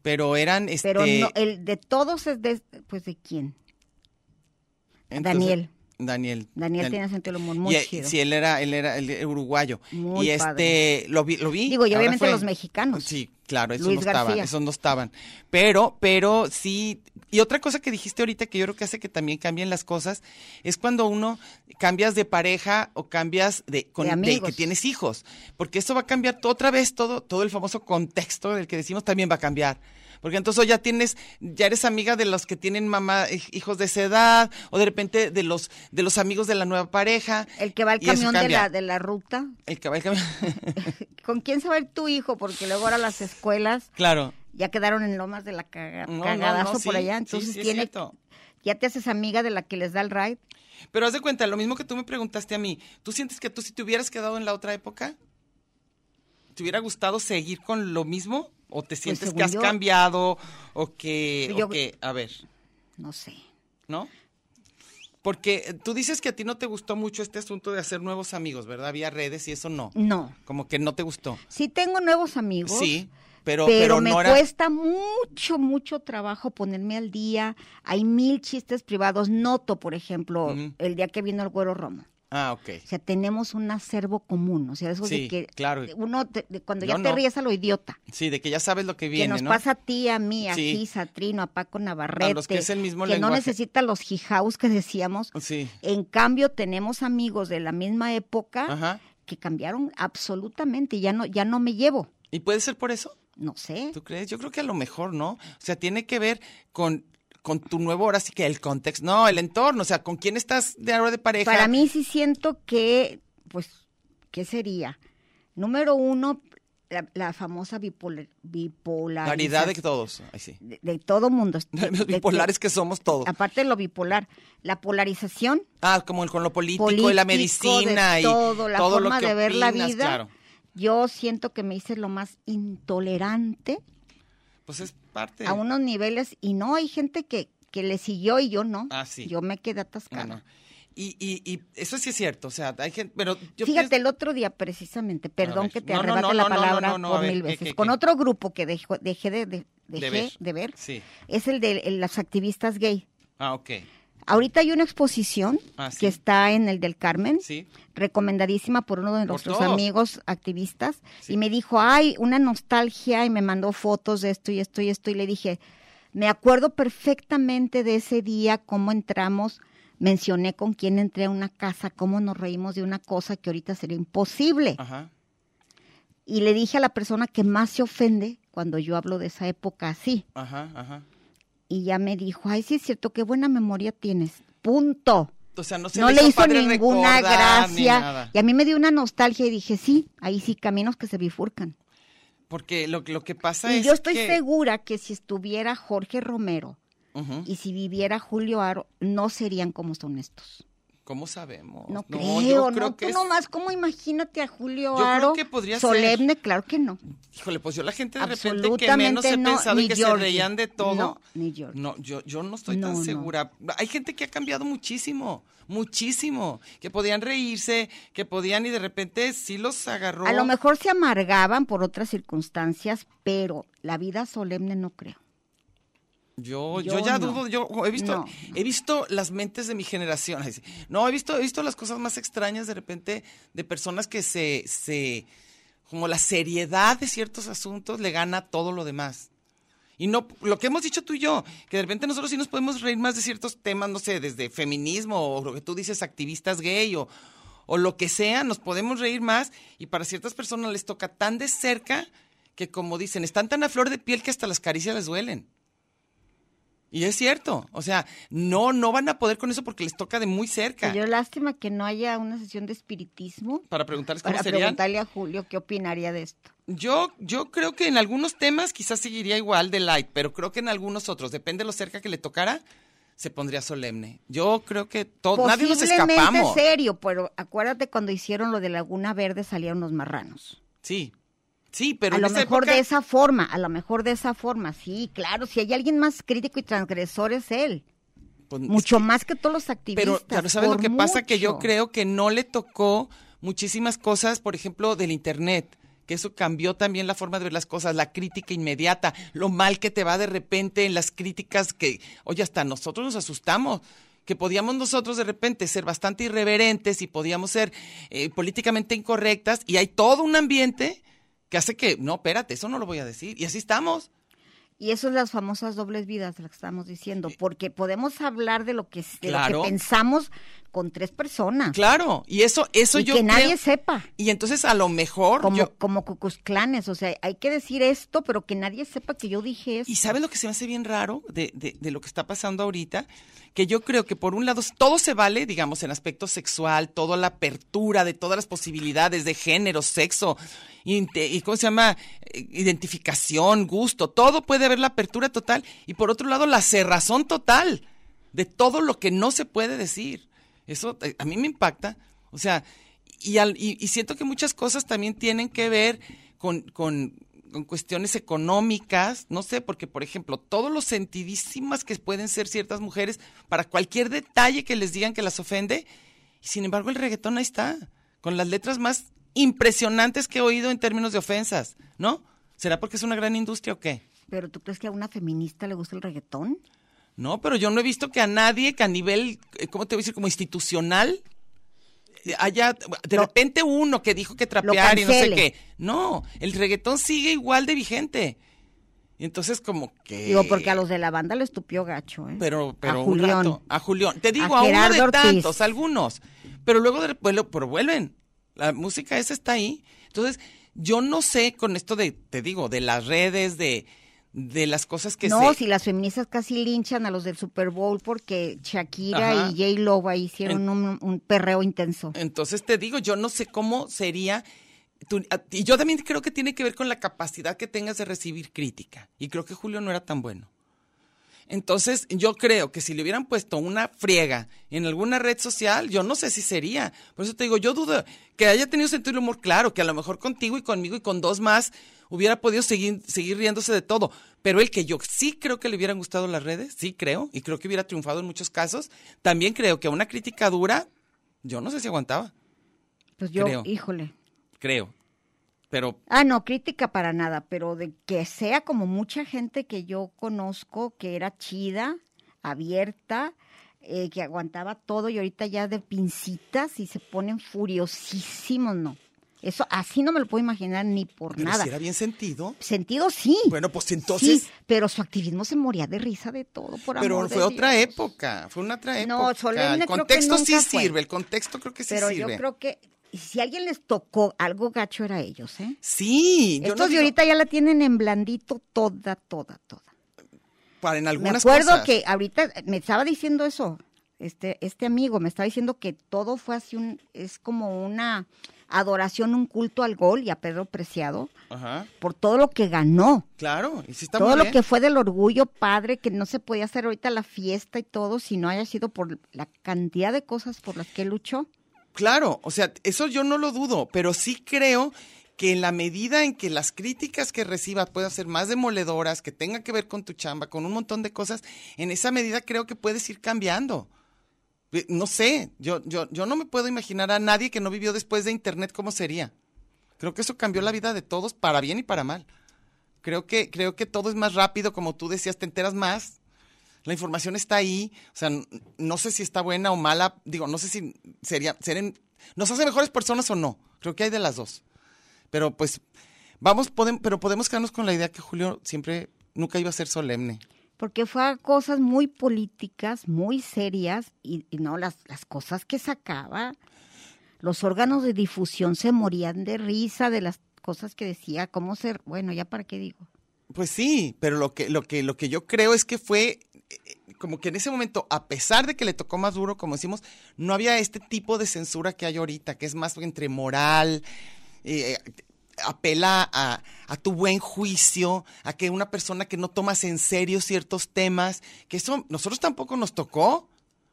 Speaker 3: Pero eran, este,
Speaker 4: Pero no, eh, el de todos es de, pues de quién.
Speaker 3: entonces-
Speaker 4: Daniel.
Speaker 3: Daniel.
Speaker 4: Daniel
Speaker 3: Dan-
Speaker 4: tenía sentido del humor muy
Speaker 3: y, eh,
Speaker 4: chido.
Speaker 3: Sí, él era, él era el de- uruguayo.
Speaker 4: Muy
Speaker 3: y este,
Speaker 4: padre.
Speaker 3: lo vi, lo vi.
Speaker 4: Digo, y
Speaker 3: ahora
Speaker 4: obviamente los mexicanos.
Speaker 3: Sí, claro, esos
Speaker 4: Luis
Speaker 3: no
Speaker 4: García.
Speaker 3: estaban, esos no estaban. Pero, pero sí, y otra cosa que dijiste ahorita que yo creo que hace que también cambien las cosas, es cuando uno cambias de pareja o cambias de, con,
Speaker 4: De amigos.
Speaker 3: que tienes hijos, porque esto va a cambiar to- otra vez todo, todo el famoso contexto del que decimos también va a cambiar. Porque entonces hoy ya tienes, ya eres amiga de los que tienen mamá, hij- hijos de esa edad, o de repente de los, de los amigos de la nueva pareja.
Speaker 4: El que va al
Speaker 3: y eso
Speaker 4: camión de
Speaker 3: cambia.
Speaker 4: la, de la ruta.
Speaker 3: El que va al camión. <laughs>
Speaker 4: ¿Con quién se va a ir tu hijo? Porque luego ahora las escuelas
Speaker 3: claro.
Speaker 4: ya quedaron en lomas de la caga-
Speaker 3: No, no,
Speaker 4: cagadazo
Speaker 3: no,
Speaker 4: por
Speaker 3: sí,
Speaker 4: allá.
Speaker 3: sí,
Speaker 4: Entonces
Speaker 3: sí, es
Speaker 4: tiene,
Speaker 3: cierto.
Speaker 4: ya te haces amiga de la que les da el ride.
Speaker 3: Pero haz de cuenta, lo mismo que tú me preguntaste a mí, ¿tú sientes que tú si te hubieras quedado en la otra época, te hubiera gustado seguir con lo mismo? ¿O te sientes
Speaker 4: Pues según
Speaker 3: que has
Speaker 4: yo- Pues
Speaker 3: cambiado? ¿O que,
Speaker 4: Yo-
Speaker 3: o que- a ver,
Speaker 4: No sé.
Speaker 3: no? Porque eh, tú dices que a ti no te gustó mucho este asunto de hacer nuevos amigos, ¿verdad? Vía redes y eso no.
Speaker 4: No.
Speaker 3: Como que no te gustó.
Speaker 4: Sí tengo nuevos Mm. amigos.
Speaker 3: Sí, pero,
Speaker 4: Pero,
Speaker 3: pero,
Speaker 4: me
Speaker 3: no era...
Speaker 4: cuesta mucho, mucho trabajo ponerme al día. Hay mil chistes privados. Noto, por ejemplo,
Speaker 3: Ujú.
Speaker 4: el día que vino el güero Romo.
Speaker 3: Ah, ok.
Speaker 4: O sea, tenemos un acervo común. O sea, eso de
Speaker 3: Sí,
Speaker 4: que
Speaker 3: claro.
Speaker 4: uno, te- de cuando ya
Speaker 3: Yo
Speaker 4: te
Speaker 3: no.
Speaker 4: ríes a lo idiota.
Speaker 3: Sí, de que ya sabes lo que
Speaker 4: que
Speaker 3: viene,
Speaker 4: nos
Speaker 3: ¿no?
Speaker 4: pasa a ti, a mí, a
Speaker 3: Sí.
Speaker 4: Gis, a Trino, a Paco Navarrete.
Speaker 3: que es el mismo
Speaker 4: que no
Speaker 3: lenguaje.
Speaker 4: necesita los jijaus que decíamos.
Speaker 3: Sí.
Speaker 4: En cambio, tenemos amigos de la misma época
Speaker 3: Ajá.
Speaker 4: que cambiaron absolutamente. Ya no, ya no me llevo.
Speaker 3: ¿Y puede ser por eso?
Speaker 4: No sé.
Speaker 3: ¿Tú crees? Yo creo que a lo mejor, ¿no? O sea, tiene que ver con, con tu nuevo, ahora sí que el contexto, no, el entorno, o sea, con quién estás de ahora de pareja.
Speaker 4: Para mí sí siento que, pues, ¿qué sería? Número uno, la, la famosa bipolar,
Speaker 3: Claridad
Speaker 4: bipolaridad
Speaker 3: de todos. Ay, sí.
Speaker 4: de, de todo
Speaker 3: <laughs>
Speaker 4: mundo. <laughs> De- Ah. de
Speaker 3: Los
Speaker 4: que-
Speaker 3: bipolares que somos todos.
Speaker 4: aparte de lo bipolar, la polarización
Speaker 3: Ah, como el- con lo político, y la
Speaker 4: político,
Speaker 3: medicina
Speaker 4: de
Speaker 3: y
Speaker 4: todo, la
Speaker 3: todo
Speaker 4: forma
Speaker 3: lo que
Speaker 4: de ver la
Speaker 3: opinas,
Speaker 4: vida.
Speaker 3: Claro.
Speaker 4: Yo siento que me hice lo más intolerante
Speaker 3: Pues es parte.
Speaker 4: a unos niveles y no hay gente que, que le siguió y yo no.
Speaker 3: Ah, sí.
Speaker 4: Yo me quedé
Speaker 3: No,
Speaker 4: atascada.
Speaker 3: no. Y, y, y eso sí es cierto, o sea, hay gente, pero yo
Speaker 4: Fíjate,
Speaker 3: pienso-
Speaker 4: el otro día precisamente, perdón
Speaker 3: ver.
Speaker 4: que te
Speaker 3: No, no,
Speaker 4: arrebate
Speaker 3: no,
Speaker 4: la
Speaker 3: no, no,
Speaker 4: palabra
Speaker 3: no, no,
Speaker 4: por
Speaker 3: a ver,
Speaker 4: mil
Speaker 3: ¿qué,
Speaker 4: veces,
Speaker 3: qué,
Speaker 4: con
Speaker 3: qué?
Speaker 4: otro grupo que dejó- dejé de, de- dejé
Speaker 3: ver.
Speaker 4: de ver,
Speaker 3: Sí.
Speaker 4: es el de el- los activistas gay.
Speaker 3: Ah, ok.
Speaker 4: Ahorita hay una exposición
Speaker 3: Ah, sí.
Speaker 4: que está en el del Carmen,
Speaker 3: Sí.
Speaker 4: recomendadísima por uno de
Speaker 3: Por
Speaker 4: nuestros
Speaker 3: todos.
Speaker 4: amigos activistas
Speaker 3: Sí.
Speaker 4: y me dijo, ay, una nostalgia y me mandó fotos de esto y esto y esto y le dije, me acuerdo perfectamente de ese día, cómo entramos, mencioné con quién entré a una casa, cómo nos reímos de una cosa que ahorita sería imposible.
Speaker 3: Ajá.
Speaker 4: Y le dije a la persona que más se ofende cuando yo hablo de esa época así.
Speaker 3: Ajá, ajá.
Speaker 4: Y ya me dijo, ay, sí es cierto, qué buena memoria tienes. Punto
Speaker 3: O sea, no se
Speaker 4: no le hizo
Speaker 3: padre
Speaker 4: ninguna
Speaker 3: recordar ni
Speaker 4: gracia.
Speaker 3: nada.
Speaker 4: Y a mí me dio una nostalgia y dije, sí, ahí sí, caminos que se bifurcan.
Speaker 3: Porque lo, lo que pasa
Speaker 4: Y
Speaker 3: es
Speaker 4: yo estoy
Speaker 3: que-
Speaker 4: segura que si estuviera Jorge Romero
Speaker 3: Ujú.
Speaker 4: y si viviera Julio Aro, no serían como son estos.
Speaker 3: ¿Cómo sabemos?
Speaker 4: No,
Speaker 3: Pues yo
Speaker 4: creo,
Speaker 3: creo
Speaker 4: no,
Speaker 3: que
Speaker 4: tú
Speaker 3: es-
Speaker 4: nomás, ¿cómo imagínate a Julio
Speaker 3: Yo creo
Speaker 4: Aro?
Speaker 3: que podría ser.
Speaker 4: solemne, claro que no.
Speaker 3: Híjole, pues yo la gente de repente que
Speaker 4: Absolutamente
Speaker 3: menos he
Speaker 4: no,
Speaker 3: pensado
Speaker 4: ni
Speaker 3: y que se
Speaker 4: Georgie.
Speaker 3: reían de
Speaker 4: No,
Speaker 3: todo.
Speaker 4: ni Georgie.
Speaker 3: No, yo, yo no estoy
Speaker 4: No,
Speaker 3: tan
Speaker 4: no.
Speaker 3: segura. Hay gente que ha cambiado muchísimo, muchísimo. Que podían reírse, que podían y de repente sí los agarró.
Speaker 4: A lo mejor se amargaban por otras circunstancias, pero la vida solemne no creo.
Speaker 3: Yo,
Speaker 4: Yo
Speaker 3: yo, ya
Speaker 4: no.
Speaker 3: dudo, yo he visto,
Speaker 4: No,
Speaker 3: he visto las mentes de mi generación. Ay, sí. No, he visto, he visto las cosas más extrañas de repente de personas que se, se, como la seriedad de ciertos asuntos le gana todo lo demás. Y no, lo que hemos dicho tú y yo, que de repente nosotros sí nos podemos reír más de ciertos temas, no sé, desde feminismo o lo que tú dices, activistas gay o, o lo que sea, nos podemos reír más y para ciertas personas les toca tan de cerca que como dicen, están tan a flor de piel que hasta las caricias les duelen. Y es cierto, o sea, no, no van a poder con eso porque les toca de muy cerca.
Speaker 4: Yo lástima que no haya una sesión de espiritismo
Speaker 3: Para preguntarles cómo
Speaker 4: para
Speaker 3: serían.
Speaker 4: preguntarle a Julio qué opinaría de esto.
Speaker 3: Yo, yo creo que en algunos temas quizás seguiría igual de light, pero creo que en algunos otros, depende de lo cerca que le tocara, se pondría solemne. Yo creo que todo, nadie nos
Speaker 4: Posiblemente
Speaker 3: escapamos.
Speaker 4: serio, pero acuérdate cuando hicieron lo de Laguna Verde salieron los marranos.
Speaker 3: Sí, sí, pero
Speaker 4: a
Speaker 3: en
Speaker 4: lo
Speaker 3: esa
Speaker 4: mejor
Speaker 3: época-
Speaker 4: de esa forma, a lo mejor de esa forma, sí, claro, si hay alguien más crítico y transgresor es él,
Speaker 3: pues,
Speaker 4: mucho más que todos los activistas.
Speaker 3: Pero, pero ¿sabes lo
Speaker 4: por
Speaker 3: que pasa? Que yo
Speaker 4: mucho.
Speaker 3: creo que no le tocó muchísimas cosas, por ejemplo, del Internet, que eso cambió también la forma de ver las cosas, la crítica inmediata, lo mal que te va de repente en las críticas que, oye, hasta nosotros nos asustamos. Que podíamos nosotros de repente ser bastante irreverentes y podíamos ser eh, políticamente incorrectas, y hay todo un ambiente que hace que, no, espérate, eso no lo voy a decir. Y así estamos.
Speaker 4: Y eso es las famosas dobles vidas, las que estamos diciendo, porque podemos hablar de lo que, de lo que
Speaker 3: Claro.
Speaker 4: pensamos con tres personas.
Speaker 3: Claro, y eso, eso
Speaker 4: Ah. y
Speaker 3: yo
Speaker 4: que
Speaker 3: creo-
Speaker 4: nadie sepa.
Speaker 3: Y entonces a lo mejor.
Speaker 4: Como,
Speaker 3: yo-
Speaker 4: como cucuzclanes, o sea, hay que decir esto, pero que nadie sepa que yo dije eso.
Speaker 3: ¿Y sabes lo que se me hace bien raro de, de- de lo que está pasando ahorita? Que yo creo que por un lado todo se vale, digamos, en aspecto sexual, toda la apertura de todas las posibilidades de género, sexo, inte- y ¿cómo se llama? Eh, Identificación, gusto, todo puede haber la apertura total. Y por otro lado, la cerrazón total de todo lo que no se puede decir. Eso eh, a mí me impacta. O sea, y, al- y- y siento que muchas cosas también tienen que ver con, con- con cuestiones económicas, no sé, porque por ejemplo, todos los sentidísimas que pueden ser ciertas mujeres para cualquier detalle que les digan que las ofende, y sin embargo el reggaetón ahí está, con las letras más impresionantes que he oído en términos de ofensas, ¿no? ¿Será porque es una gran industria o qué?
Speaker 4: ¿Pero tú crees que a una feminista le gusta el reggaetón?
Speaker 3: No, pero yo no he visto que a nadie, que a nivel, eh, ¿cómo te voy a decir? Como institucional, eh, haya de repente uno que dijo que trapear y no sé
Speaker 4: cancele.
Speaker 3: qué. No, el reggaetón sigue igual de vigente. Y entonces como que...
Speaker 4: Digo, porque a los de la banda les tupió gacho, ¿eh?
Speaker 3: Eh. Pero, pero
Speaker 4: a
Speaker 3: un
Speaker 4: Julián.
Speaker 3: rato. a Julián. Te digo,
Speaker 4: A
Speaker 3: a, uno
Speaker 4: Gerardo
Speaker 3: de
Speaker 4: Ortiz.
Speaker 3: tantos, algunos. Pero luego de repente, pero vuelven. La música esa está ahí. Entonces, yo no sé con esto de, te digo, de las redes, de, de las cosas que
Speaker 4: no,
Speaker 3: se...
Speaker 4: si las feministas casi linchan a los del Super Bowl porque Shakira
Speaker 3: Ajá.
Speaker 4: y J. Lo ahí hicieron
Speaker 3: En-
Speaker 4: un, un perreo intenso.
Speaker 3: Entonces te digo, yo no sé cómo sería. tu- a- y yo también creo que tiene que ver con la capacidad que tengas de recibir crítica. Y creo que Julio no era tan bueno. Entonces, yo creo que si le hubieran puesto una friega en alguna red social, yo no sé si sería. Por eso te digo, yo dudo que haya tenido sentido del humor, claro, que a lo mejor contigo y conmigo y con dos más hubiera podido seguir, seguir riéndose de todo. Pero el que yo sí creo que le hubieran gustado las redes, sí creo, y creo que hubiera triunfado en muchos casos, también creo que a una crítica dura, yo no sé si aguantaba,
Speaker 4: Pues yo,
Speaker 3: Creo.
Speaker 4: híjole.
Speaker 3: creo. Pero
Speaker 4: Ah, no, crítica para nada, pero de que sea como mucha gente que yo conozco, que era chida, abierta, eh, que aguantaba todo y ahorita ya de pincitas y se ponen furiosísimos, no. Eso así no me lo puedo imaginar ni por
Speaker 3: pero
Speaker 4: nada.
Speaker 3: si era bien sentido.
Speaker 4: Sentido sí.
Speaker 3: Bueno, pues entonces,
Speaker 4: Sí, pero su activismo se moría de risa de todo, por amor
Speaker 3: pero
Speaker 4: de
Speaker 3: fue otra
Speaker 4: Dios.
Speaker 3: época, fue una otra época.
Speaker 4: No, solemne
Speaker 3: el
Speaker 4: creo que
Speaker 3: contexto
Speaker 4: nunca
Speaker 3: sí
Speaker 4: fue.
Speaker 3: sirve, el contexto creo que sí
Speaker 4: pero
Speaker 3: sirve.
Speaker 4: yo creo que si a alguien les tocó algo gacho era a ellos, ¿eh?
Speaker 3: Sí, yo
Speaker 4: Estos
Speaker 3: no
Speaker 4: de
Speaker 3: digo-
Speaker 4: ahorita ya la tienen en blandito toda, toda, toda.
Speaker 3: para en
Speaker 4: Me
Speaker 3: algunas
Speaker 4: acuerdo
Speaker 3: cosas.
Speaker 4: que ahorita me estaba diciendo eso, este, este amigo me estaba diciendo que todo fue así un, es como una adoración, un culto al gol y a Pedro Preciado
Speaker 3: Ajá,
Speaker 4: por todo lo que ganó.
Speaker 3: claro, y sí está
Speaker 4: todo
Speaker 3: muy
Speaker 4: lo
Speaker 3: bien.
Speaker 4: que fue del orgullo padre, que no se podía hacer ahorita la fiesta y todo, si no haya sido por la cantidad de cosas por las que luchó.
Speaker 3: Claro, o sea, eso yo no lo dudo, pero sí creo que en la medida en que las críticas que recibas puedan ser más demoledoras, que tengan que ver con tu chamba, con un montón de cosas, en esa medida creo que puedes ir cambiando. Eh, No sé, yo, yo, yo no me puedo imaginar a nadie que no vivió después de Internet cómo sería. Creo que eso cambió la vida de todos para bien y para mal. Creo que, creo que todo es más rápido, como tú decías, te enteras más. La información está ahí, o sea, n- no sé si está buena o mala, digo, no sé si sería, seren- nos hace mejores personas o no, creo que hay de las dos. Pero pues, vamos, podem- pero podemos quedarnos con la idea que Julio siempre, nunca iba a ser solemne.
Speaker 4: porque fue a cosas muy políticas, muy serias, y, y no las, las cosas que sacaba. Los órganos de difusión se morían de risa de las cosas que decía, cómo ser, bueno, ya para qué digo.
Speaker 3: Pues sí, pero lo que, lo que, lo que yo creo es que fue eh, como que en ese momento, a pesar de que le tocó más duro, como decimos, no había este tipo de censura que hay ahorita, que es más entre moral, eh, apela a, a, tu buen juicio, a que una persona que no tomas en serio ciertos temas, que eso nosotros tampoco nos tocó.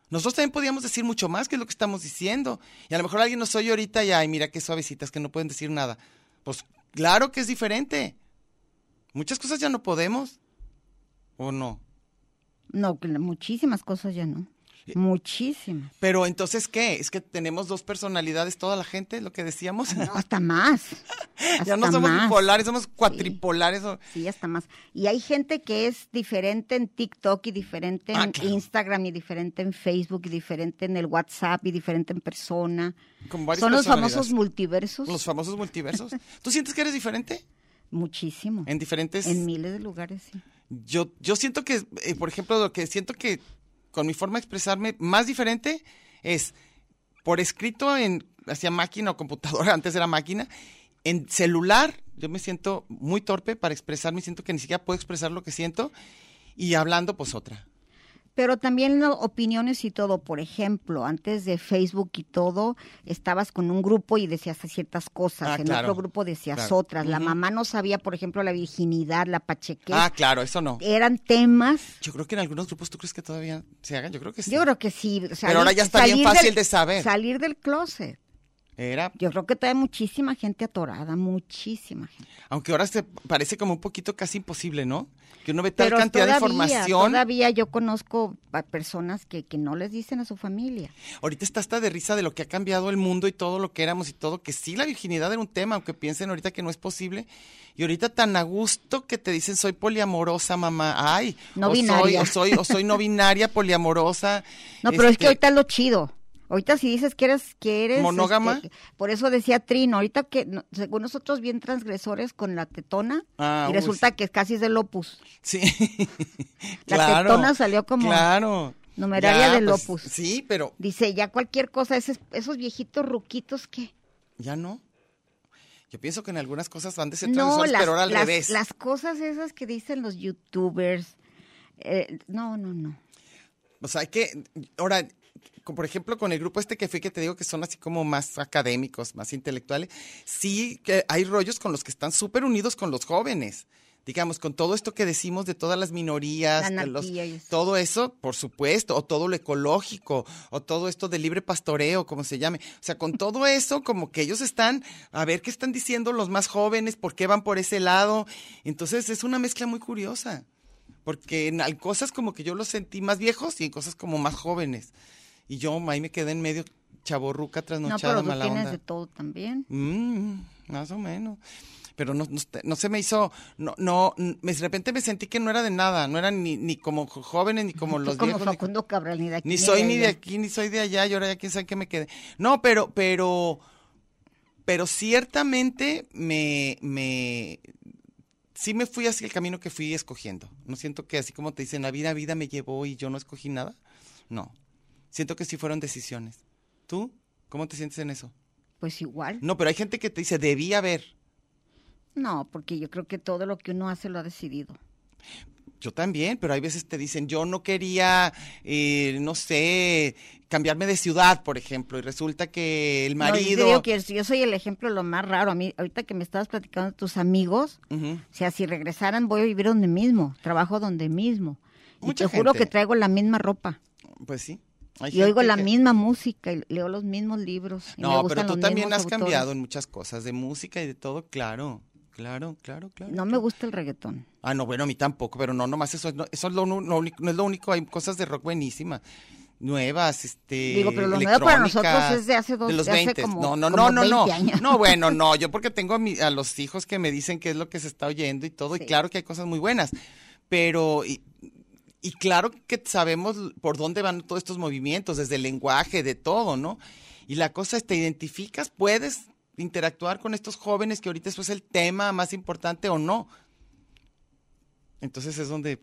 Speaker 3: Nosotros también podíamos decir mucho más que lo que estamos diciendo. Y a lo mejor alguien nos oye ahorita y, ay, mira qué suavecitas, que no pueden decir nada. Pues claro que es diferente. Muchas cosas ya no podemos. ¿O no?
Speaker 4: No, muchísimas cosas ya no. Muchísimas.
Speaker 3: Pero entonces, ¿qué? ¿Es que tenemos dos personalidades toda la gente, lo que decíamos?
Speaker 4: No, hasta más.
Speaker 3: Hasta <laughs> ya no somos más. bipolares, somos cuatripolares.
Speaker 4: Sí. sí. hasta más. Y hay gente que es diferente en TikTok y diferente ah, en claro. Instagram y diferente en Facebook y diferente en el WhatsApp y diferente en persona. Son los famosos multiversos.
Speaker 3: Los famosos multiversos. ¿Tú sientes que eres diferente?
Speaker 4: Muchísimo.
Speaker 3: En diferentes...
Speaker 4: En miles de lugares, sí.
Speaker 3: Yo, yo siento que, eh, por ejemplo, lo que siento que con mi forma de expresarme más diferente es por escrito en hacia máquina o computadora, <laughs> antes era máquina, en celular, yo me siento muy torpe para expresarme, siento que ni siquiera puedo expresar lo que siento y hablando pues otra.
Speaker 4: Pero también las opiniones y todo, por ejemplo, antes de Facebook y todo, estabas con un grupo y decías ciertas cosas, ah, en claro, otro grupo decías claro. otras. La uh -huh. mamá no sabía, por ejemplo, la virginidad, la pachequez.
Speaker 3: Ah, claro, eso no.
Speaker 4: Eran temas.
Speaker 3: Yo creo que en algunos grupos tú crees que todavía se hagan, yo creo que sí.
Speaker 4: Yo creo que sí. Salir,
Speaker 3: Pero ahora ya está bien fácil del, de saber.
Speaker 4: Salir del closet.
Speaker 3: Era.
Speaker 4: Yo creo que todavía muchísima gente atorada, muchísima gente.
Speaker 3: Aunque ahora se parece como un poquito casi imposible, ¿no? Que uno ve tal Pero cantidad todavía, de información.
Speaker 4: Todavía yo conozco a personas que, que, no les dicen a su familia.
Speaker 3: Ahorita está hasta de risa de lo que ha cambiado el mundo y todo lo que éramos y todo, que sí la virginidad era un tema, aunque piensen ahorita que no es posible. Y ahorita tan a gusto que te dicen soy poliamorosa, mamá. Ay,
Speaker 4: no
Speaker 3: o
Speaker 4: binaria.
Speaker 3: Soy, o soy, o soy no binaria, poliamorosa.
Speaker 4: No, pero este... es que ahorita es lo chido. Ahorita si dices que eres que eres
Speaker 3: monógama,
Speaker 4: este, por eso decía Trino, ahorita que no, según nosotros bien transgresores con la tetona ah, y resulta uy. que casi es del Opus.
Speaker 3: Sí.
Speaker 4: <laughs> la claro, tetona salió como
Speaker 3: Claro.
Speaker 4: numeraria del pues, Opus.
Speaker 3: Sí, pero
Speaker 4: dice, ya cualquier cosa esos, esos viejitos ruquitos que
Speaker 3: ya no. Yo pienso que en algunas cosas van de ser no, las, pero ahora al
Speaker 4: las,
Speaker 3: revés.
Speaker 4: Las cosas esas que dicen los youtubers. Eh, no, no, no.
Speaker 3: O sea, hay que ahora por ejemplo, con el grupo este que fui, que te digo que son así como más académicos, más intelectuales, sí que hay rollos con los que están súper unidos con los jóvenes. Digamos, con todo esto que decimos de todas las minorías,
Speaker 4: La
Speaker 3: de los,
Speaker 4: eso.
Speaker 3: todo eso, por supuesto, o todo lo ecológico, o todo esto de libre pastoreo, como se llame. O sea, con todo eso, como que ellos están, a ver qué están diciendo los más jóvenes, por qué van por ese lado. Entonces, es una mezcla muy curiosa, porque en hay cosas como que yo los sentí más viejos y en cosas como más jóvenes. Y yo ahí me quedé en medio chaborruca trasnochada,
Speaker 4: no, pero
Speaker 3: mala onda.
Speaker 4: de todo también.
Speaker 3: Mm, más o menos. Pero no, no, no, se me hizo, no, no, mm, me, de repente me sentí que no era de nada, no eran ni, ni como jóvenes,
Speaker 4: <laughs>
Speaker 3: ni como los
Speaker 4: como
Speaker 3: viejos.
Speaker 4: Facundo ni, Cabral, ni de aquí.
Speaker 3: Ni, ni soy de ni de aquí, ni soy de allá, y ahora ya quién sabe qué me quedé. No, pero, pero, pero ciertamente me, me, sí me fui hacia el camino que fui escogiendo. No siento que así como te dicen, la vida, vida me llevó y yo no escogí nada. No, siento que sí fueron decisiones. ¿Tú cómo te sientes en eso?
Speaker 4: Pues igual.
Speaker 3: No, pero hay gente que te dice, debí haber.
Speaker 4: No, porque yo creo que todo lo que uno hace lo ha decidido.
Speaker 3: Yo también, pero hay veces te dicen, yo no quería, eh, no sé, cambiarme de ciudad, por ejemplo, y resulta que el marido...
Speaker 4: No, yo, que yo soy el ejemplo de lo más raro. A mí, ahorita que me estabas platicando de tus amigos, uh -huh. o sea, si regresaran voy a vivir donde mismo, trabajo donde mismo. Mucha y te gente. juro que traigo la misma ropa.
Speaker 3: Pues sí.
Speaker 4: Hay y oigo la que... misma música y leo los mismos libros. Y
Speaker 3: no,
Speaker 4: me gustan
Speaker 3: pero tú
Speaker 4: los
Speaker 3: también
Speaker 4: mismos
Speaker 3: has
Speaker 4: autores.
Speaker 3: cambiado en muchas cosas, de música y de todo, claro. Claro, claro, claro.
Speaker 4: No me gusta el reggaetón.
Speaker 3: Ah, no, bueno, a mí tampoco, pero no, nomás eso, no, eso es lo, no, no, no es lo único, hay cosas de rock buenísimas nuevas, este.
Speaker 4: Digo, pero lo nuevo para nosotros es de hace dos
Speaker 3: De los
Speaker 4: de hace
Speaker 3: 20.
Speaker 4: Como,
Speaker 3: no, no,
Speaker 4: como
Speaker 3: no,
Speaker 4: 20
Speaker 3: no,
Speaker 4: años. <laughs>
Speaker 3: no. bueno, no. Yo porque tengo a, mi, a, los hijos que me dicen qué es lo que se está oyendo y todo,
Speaker 4: sí.
Speaker 3: y claro que hay cosas muy buenas, pero. Y, y claro que sabemos por dónde van todos estos movimientos, desde el lenguaje, de todo, ¿no? Y la cosa es, te identificas, puedes interactuar con estos jóvenes que ahorita eso es el tema más importante o no. Entonces es donde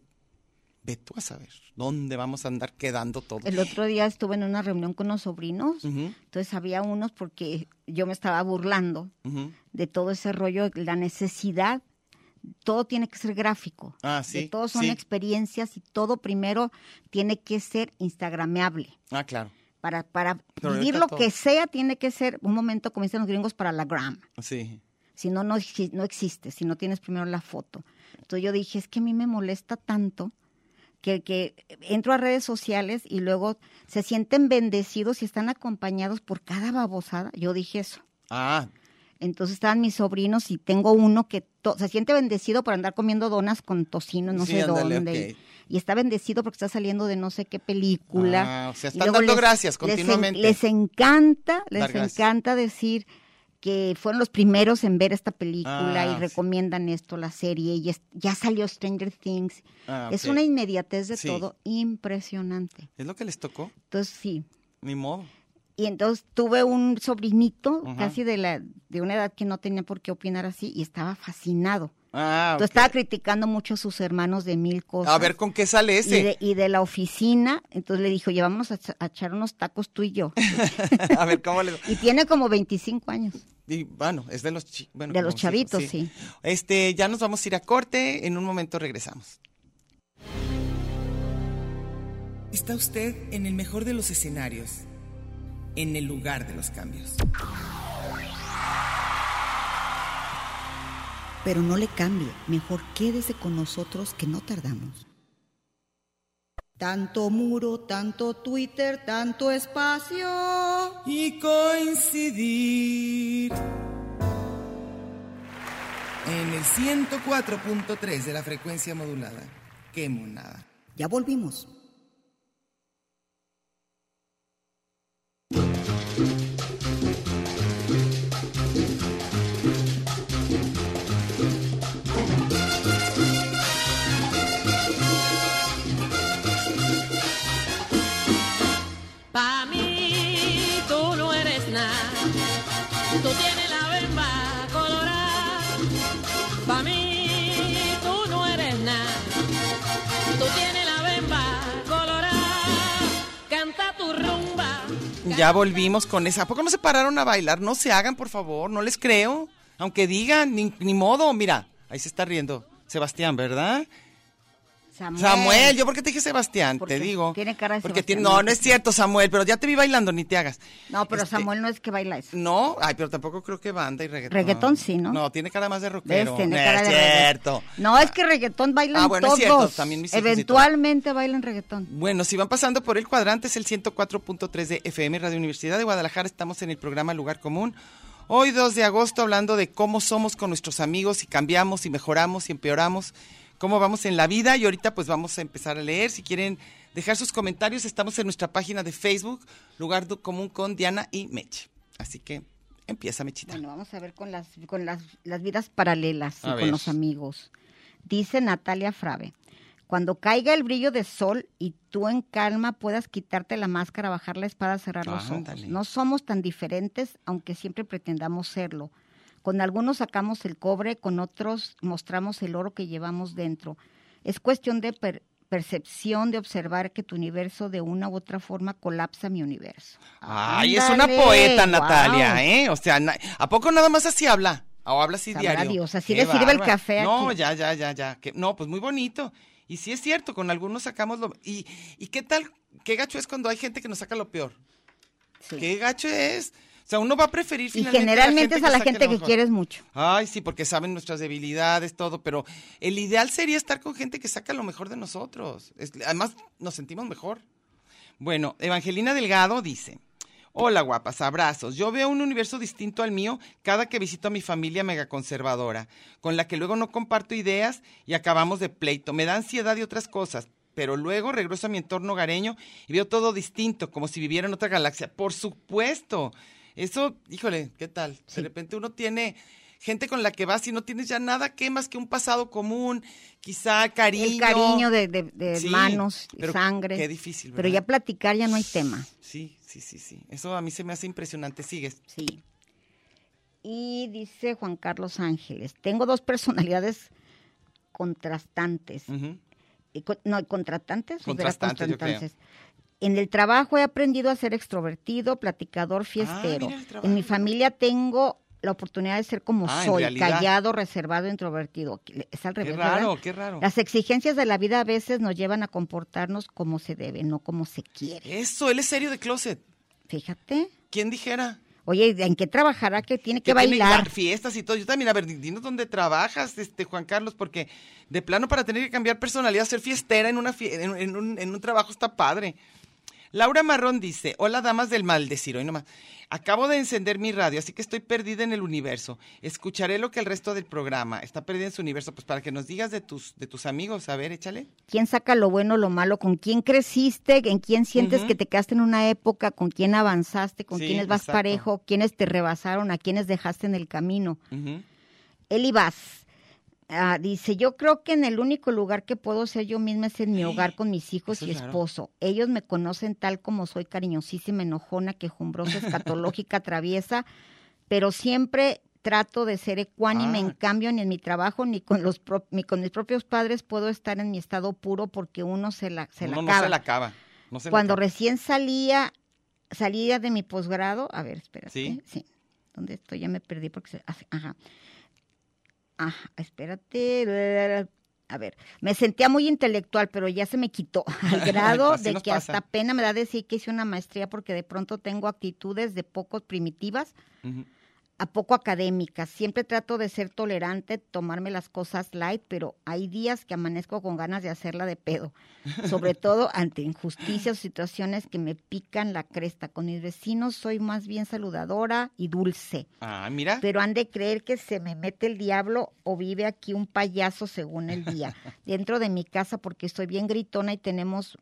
Speaker 3: ve tú a saber dónde vamos a andar quedando todo.
Speaker 4: El otro día estuve en una reunión con unos sobrinos, uh -huh. entonces había unos porque yo me estaba burlando uh -huh. de todo ese rollo, la necesidad todo tiene que ser gráfico.
Speaker 3: Ah,
Speaker 4: que
Speaker 3: sí.
Speaker 4: todo son
Speaker 3: sí.
Speaker 4: experiencias y todo primero tiene que ser instagrameable.
Speaker 3: Ah, claro.
Speaker 4: Para, para
Speaker 3: Pero
Speaker 4: vivir
Speaker 3: ahorita
Speaker 4: lo
Speaker 3: todo.
Speaker 4: que sea tiene que ser, un momento como dicen los gringos, para la gram.
Speaker 3: Sí.
Speaker 4: Si no, no, exi- no existe, si no tienes primero la foto. Entonces yo dije, es que a mí me molesta tanto que, que entro a redes sociales y luego se sienten bendecidos y están acompañados por cada babosada. Yo dije eso.
Speaker 3: Ah,
Speaker 4: Entonces estaban mis sobrinos y tengo uno que to- se siente bendecido por andar comiendo donas con tocino, no
Speaker 3: Sí,
Speaker 4: sé
Speaker 3: ándale,
Speaker 4: dónde.
Speaker 3: ok.
Speaker 4: Y, y está bendecido porque está saliendo de no sé qué película.
Speaker 3: Ah, o
Speaker 4: Y
Speaker 3: sea, están
Speaker 4: luego
Speaker 3: dando gracias
Speaker 4: en-
Speaker 3: continuamente.
Speaker 4: Les, encanta,
Speaker 3: Dar
Speaker 4: les
Speaker 3: gracias.
Speaker 4: encanta decir que fueron los primeros en ver esta película
Speaker 3: Ah,
Speaker 4: y
Speaker 3: sí.
Speaker 4: recomiendan esto, la serie, y es- ya salió Stranger Things.
Speaker 3: ah,
Speaker 4: Es
Speaker 3: ok.
Speaker 4: una inmediatez de
Speaker 3: Sí.
Speaker 4: todo impresionante.
Speaker 3: Es lo que les tocó,
Speaker 4: Entonces, sí,
Speaker 3: ni modo.
Speaker 4: y entonces tuve un sobrinito
Speaker 3: Ajá.
Speaker 4: casi de la de una edad que no tenía por qué opinar así y estaba fascinado.
Speaker 3: Ah,
Speaker 4: Entonces
Speaker 3: ok.
Speaker 4: estaba criticando mucho a sus hermanos de mil cosas.
Speaker 3: a ver con qué sale
Speaker 4: y
Speaker 3: ese.
Speaker 4: de, y de la oficina, entonces le dijo, llevamos a, cha- a echar unos tacos tú y yo.
Speaker 3: <laughs> a ver cómo le. <laughs>
Speaker 4: Y tiene como 25 años.
Speaker 3: Y, bueno, es de los chi- bueno,
Speaker 4: De
Speaker 3: como
Speaker 4: los
Speaker 3: hijos,
Speaker 4: chavitos, sí.
Speaker 3: Este, ya nos vamos a ir a corte, en un momento regresamos.
Speaker 5: Está usted en el mejor de los escenarios, en el lugar de los cambios.
Speaker 1: Pero no le cambie, mejor quédese con nosotros que no tardamos. Tanto muro, tanto Twitter, tanto espacio.
Speaker 5: Y coincidir en el 104.3 de la frecuencia modulada. ¡Qué monada!
Speaker 1: Ya volvimos.
Speaker 6: Pa' mí tú no eres nada, tú tienes la bemba colorada. Pa' mí tú no eres nada, tú tienes la bemba colorada. Canta tu rumba.
Speaker 3: Ya volvimos con esa. ¿A poco no se pararon a bailar? No se hagan, por favor, no les creo. Aunque digan, ni, ni modo, mira, ahí se está riendo Sebastián, ¿verdad?
Speaker 4: Samuel.
Speaker 3: Samuel, yo porque te dije Sebastián,
Speaker 4: Porque
Speaker 3: te digo.
Speaker 4: tiene cara de
Speaker 3: porque
Speaker 4: Sebastián.
Speaker 3: tiene- no, no es cierto, Samuel, pero ya te vi bailando, ni te hagas.
Speaker 4: No, pero
Speaker 3: Este,
Speaker 4: Samuel no es que baila eso.
Speaker 3: No, ay, pero tampoco creo que banda y reggaetón.
Speaker 4: Reggaetón sí, ¿no?
Speaker 3: No, tiene cara más de
Speaker 4: ¿Ves?
Speaker 3: rockero.
Speaker 4: Tiene
Speaker 3: no
Speaker 4: cara
Speaker 3: es
Speaker 4: de reggaetón.
Speaker 3: cierto.
Speaker 4: No, es que reggaetón bailan
Speaker 3: Ah, bueno, es
Speaker 4: todos.
Speaker 3: cierto, también mis hijos y todo.
Speaker 4: Eventualmente bailan reggaetón.
Speaker 3: Bueno, si van pasando por el cuadrante, es el 104.3 de FM Radio Universidad de Guadalajara. Estamos en el programa Lugar Común. Hoy, 2 de agosto, hablando de cómo somos con nuestros amigos, si cambiamos, si mejoramos, si empeoramos, cómo vamos en la vida. Y ahorita, pues vamos a empezar a leer. Si quieren dejar sus comentarios, estamos en nuestra página de Facebook, Lugar Du- Común con Diana y Meche. Así que empieza, Mechita.
Speaker 4: Bueno, vamos a ver con las, con las, las vidas paralelas y
Speaker 3: A
Speaker 4: con
Speaker 3: ver.
Speaker 4: los amigos. Dice Natalia Frave, cuando caiga el brillo de sol y tú en calma puedas quitarte la máscara, bajar la espada, cerrar los
Speaker 3: Ándale.
Speaker 4: ojos. No somos tan diferentes, aunque siempre pretendamos serlo. Con algunos sacamos el cobre, con otros mostramos el oro que llevamos dentro. Es cuestión de per- percepción, de observar que tu universo de una u otra forma colapsa mi universo.
Speaker 3: Ay, es una
Speaker 4: Ándale,
Speaker 3: poeta,
Speaker 4: guau.
Speaker 3: Natalia, ¿eh? O sea, na- ¿a poco nada más así habla? ¿O habla así
Speaker 4: Sabrá
Speaker 3: diario?
Speaker 4: Dios, así
Speaker 3: Qué
Speaker 4: le sirve el
Speaker 3: bárbara.
Speaker 4: café
Speaker 3: No,
Speaker 4: aquí.
Speaker 3: ya, ya, ya, ya. que- no, pues muy bonito. Y sí es cierto, con algunos sacamos lo... ¿Y, y qué tal, qué gacho es cuando hay gente que nos saca lo peor?
Speaker 4: Sí.
Speaker 3: ¿Qué gacho es? O sea, uno va a preferir
Speaker 4: Y
Speaker 3: finalmente
Speaker 4: generalmente es a la
Speaker 3: saque
Speaker 4: gente
Speaker 3: lo
Speaker 4: que
Speaker 3: mejor.
Speaker 4: quieres mucho.
Speaker 3: Ay, sí, porque saben nuestras debilidades, todo, pero el ideal sería estar con gente que saca lo mejor de nosotros. Es- además, nos sentimos mejor. Bueno, Evangelina Delgado dice, hola guapas, abrazos. Yo veo un universo distinto al mío cada que visito a mi familia megaconservadora, con la que luego no comparto ideas y acabamos de pleito. Me da ansiedad y otras cosas, pero luego regreso a mi entorno hogareño y veo todo distinto, como si viviera en otra galaxia. Por supuesto. Eso, híjole, ¿qué tal? De repente uno tiene gente con la que vas y no tienes ya nada que más que un pasado común, quizá cariño.
Speaker 4: El cariño de, de- de
Speaker 3: Sí,
Speaker 4: manos,
Speaker 3: pero
Speaker 4: sangre.
Speaker 3: qué difícil,
Speaker 4: Pero
Speaker 3: ¿verdad?
Speaker 4: ya platicar ya no hay tema.
Speaker 3: Sí, sí, sí, sí. Eso a mí se me hace impresionante. Sigues.
Speaker 4: Sí. Y dice Juan Carlos Ángeles, tengo dos personalidades contrastantes.
Speaker 3: Ujú.
Speaker 4: Y con- No, contratantes. o será
Speaker 3: Mm. Contrastantes, yo creo.
Speaker 4: contrastantes? En el trabajo he aprendido a ser extrovertido, platicador, fiestero.
Speaker 3: Ah, mira, el trabajo.
Speaker 4: en mi familia tengo la oportunidad de ser como
Speaker 3: Ah, en
Speaker 4: soy,
Speaker 3: realidad.
Speaker 4: callado, reservado, introvertido. Es al
Speaker 3: Qué
Speaker 4: revés.
Speaker 3: raro,
Speaker 4: ¿verdad?
Speaker 3: qué raro.
Speaker 4: Las exigencias de la vida a veces nos llevan a comportarnos como se debe, no como se quiere.
Speaker 3: Eso, él es serio de closet.
Speaker 4: Fíjate.
Speaker 3: ¿Quién dijera?
Speaker 4: Oye, ¿en qué trabajará? Que tiene que,
Speaker 3: tiene
Speaker 4: bailar.
Speaker 3: la- fiestas y todo. Yo también, a ver, dinos dónde trabajas, este, Juan Carlos, porque de plano para tener que cambiar personalidad, ser fiestera en, una fie- en, en un, en un trabajo está padre. Laura Marrón dice, hola damas del maldecir, hoy nomás, acabo de encender mi radio, así que estoy perdida en el universo, escucharé lo que el resto del programa, está perdida en su universo, pues para que nos digas de tus, de tus amigos, a ver, échale.
Speaker 4: quién saca lo bueno, lo malo, con quién creciste, en quién sientes
Speaker 3: Ujú.
Speaker 4: que te quedaste en una época, con quién avanzaste, con
Speaker 3: Sí,
Speaker 4: quiénes vas
Speaker 3: exacto.
Speaker 4: parejo, quiénes te rebasaron, a quiénes dejaste en el camino.
Speaker 3: Ujú.
Speaker 4: Eli Vaz ah, dice, yo creo que en el único lugar que puedo ser yo misma es en mi hogar con mis hijos
Speaker 3: Eso
Speaker 4: y
Speaker 3: es raro.
Speaker 4: esposo. Ellos me conocen tal como soy, cariñosísima, enojona,
Speaker 3: <laughs>
Speaker 4: quejumbrosa, escatológica, traviesa, pero siempre trato de ser ecuánime.
Speaker 3: Ah.
Speaker 4: En cambio, ni en mi trabajo ni con, los pro- ni con mis propios padres puedo estar en mi estado puro porque uno se la, se la
Speaker 3: Uno no
Speaker 4: acaba.
Speaker 3: se la acaba. No se la
Speaker 4: Cuando
Speaker 3: acaba.
Speaker 4: recién salía, salía de mi posgrado, a ver, espérate.
Speaker 3: Sí.
Speaker 4: Sí. ¿Dónde estoy? Ya me perdí porque se- ah, sí, Ajá. Ajá, espérate. A ver, me sentía muy intelectual, pero ya se me quitó <laughs>
Speaker 3: <laughs>
Speaker 4: al grado
Speaker 3: Así
Speaker 4: de
Speaker 3: nos
Speaker 4: que
Speaker 3: pasa.
Speaker 4: hasta pena me da decir que hice una maestría porque de pronto tengo actitudes de pocos primitivas
Speaker 3: Ujú.
Speaker 4: a poco académica. Siempre trato de ser tolerante, tomarme las cosas light, pero hay días que amanezco con ganas de hacerla de pedo, sobre todo ante injusticias o situaciones que me pican la cresta. Con mis vecinos soy más bien saludadora y dulce,
Speaker 3: Ah, mira.
Speaker 4: pero han de creer que se me mete el diablo o vive aquí un payaso según el día, dentro de mi casa porque estoy bien gritona y tenemos...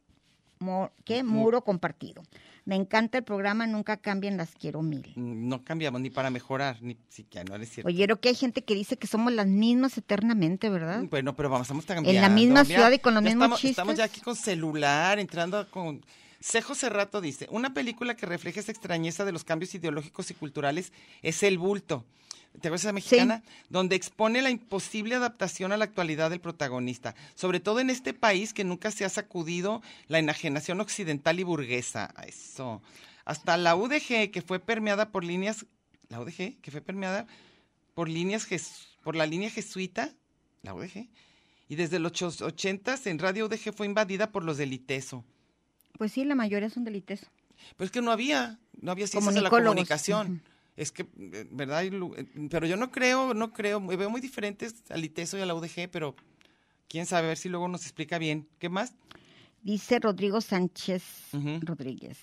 Speaker 4: mu- ¿Qué? Muro compartido. Me encanta el programa, nunca cambien, las quiero mil.
Speaker 3: No cambiamos ni para mejorar, ni siquiera, no es cierto.
Speaker 4: Oye, creo que hay gente que dice que somos las mismas eternamente, ¿verdad?
Speaker 3: Bueno, pero vamos, estamos cambiando.
Speaker 4: En la misma
Speaker 3: Mira,
Speaker 4: ciudad y con los
Speaker 3: ya
Speaker 4: mismos
Speaker 3: estamos, Estamos
Speaker 4: chistes.
Speaker 3: ya aquí con celular, entrando con... Cejo Cerrato dice, una película que refleja esa extrañeza de los cambios ideológicos y culturales es El Bulto. ¿Te acuerdas de esa mexicana? Donde expone la imposible adaptación a la actualidad del protagonista, sobre todo en este país que nunca se ha sacudido la enajenación occidental y burguesa. A Eso. Hasta la UDG, que fue permeada por líneas... ¿La UDG? Que fue permeada por líneas jes- por la línea jesuita, la UDG, y desde los chos- 80s en Radio UDG fue invadida por los del E ITESO.
Speaker 4: Pues sí, la mayoría son delites.
Speaker 3: Pero Pues es que no había, no había ciencias de la
Speaker 4: Comunicólogos,
Speaker 3: comunicación. Es que, eh, ¿verdad? Hay lu- eh, Pero yo no creo, no creo, me veo muy diferentes al ITESO y a la UDG, pero quién sabe, a ver si luego nos explica bien. ¿Qué más?
Speaker 4: Dice Rodrigo Sánchez
Speaker 3: Ujú.
Speaker 4: Rodríguez.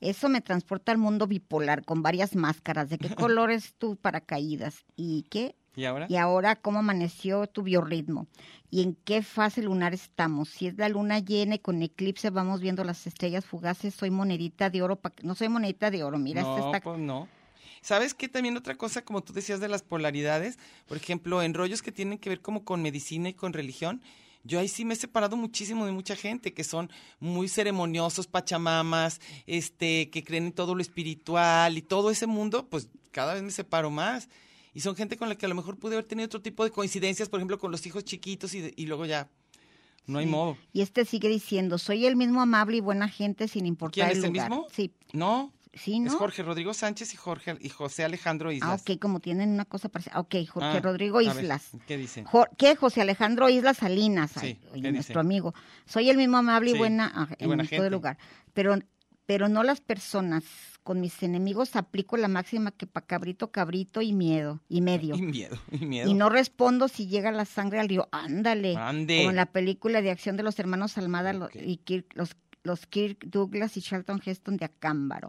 Speaker 4: Eso me transporta al mundo bipolar con varias máscaras. ¿De
Speaker 3: <laughs>
Speaker 4: qué color es tu paracaídas? ¿Y qué?
Speaker 3: ¿Y ahora?
Speaker 4: ¿Y ahora cómo amaneció tu biorritmo? ¿Y en qué fase lunar estamos? Si es la luna llena y con eclipse vamos viendo las estrellas fugaces, soy monedita de oro. pa- No soy monedita de oro, mira,
Speaker 3: no,
Speaker 4: esta está
Speaker 3: pues no. ¿Sabes qué? También otra cosa, como tú decías de las polaridades, por ejemplo, en rollos que tienen que ver como con medicina y con religión, yo ahí sí me he separado muchísimo de mucha gente que son muy ceremoniosos, pachamamas, este, que creen en todo lo espiritual y todo ese mundo, pues cada vez me separo más. Y son gente con la que a lo mejor pude haber tenido otro tipo de coincidencias, por ejemplo, con los hijos chiquitos y, de- y luego ya no hay
Speaker 4: Sí.
Speaker 3: modo.
Speaker 4: Y este sigue diciendo, soy el mismo amable y buena gente sin importar
Speaker 3: ¿Quién es
Speaker 4: el
Speaker 3: el
Speaker 4: lugar.
Speaker 3: mismo?
Speaker 4: Sí,
Speaker 3: No,
Speaker 4: sí, ¿no?
Speaker 3: es Jorge Rodrigo Sánchez y Jorge y José Alejandro
Speaker 4: Ah,
Speaker 3: Islas.
Speaker 4: ok, como tienen una cosa parecida. Ah, Ok, Jorge
Speaker 3: Ah,
Speaker 4: Rodrigo
Speaker 3: a ver,
Speaker 4: Islas.
Speaker 3: ¿Qué dice?
Speaker 4: Jo- ¿Qué? José Alejandro Islas Salinas. Ay,
Speaker 3: Sí,
Speaker 4: oye,
Speaker 3: ¿qué dice?
Speaker 4: nuestro amigo. Soy el mismo amable
Speaker 3: Sí,
Speaker 4: y buena, ah,
Speaker 3: y
Speaker 4: en
Speaker 3: buena
Speaker 4: todo
Speaker 3: gente.
Speaker 4: lugar. Pero, pero no las personas. Con mis enemigos aplico la máxima que pa' cabrito, cabrito y miedo, y medio.
Speaker 3: Y miedo, y miedo.
Speaker 4: Y no respondo si llega la sangre al río. Ándale.
Speaker 3: Ande.
Speaker 4: Como en la película de acción de los hermanos Almada lo-
Speaker 3: Ok.
Speaker 4: y Kirk- los, los Kirk Douglas y Charlton Heston de Acámbaro.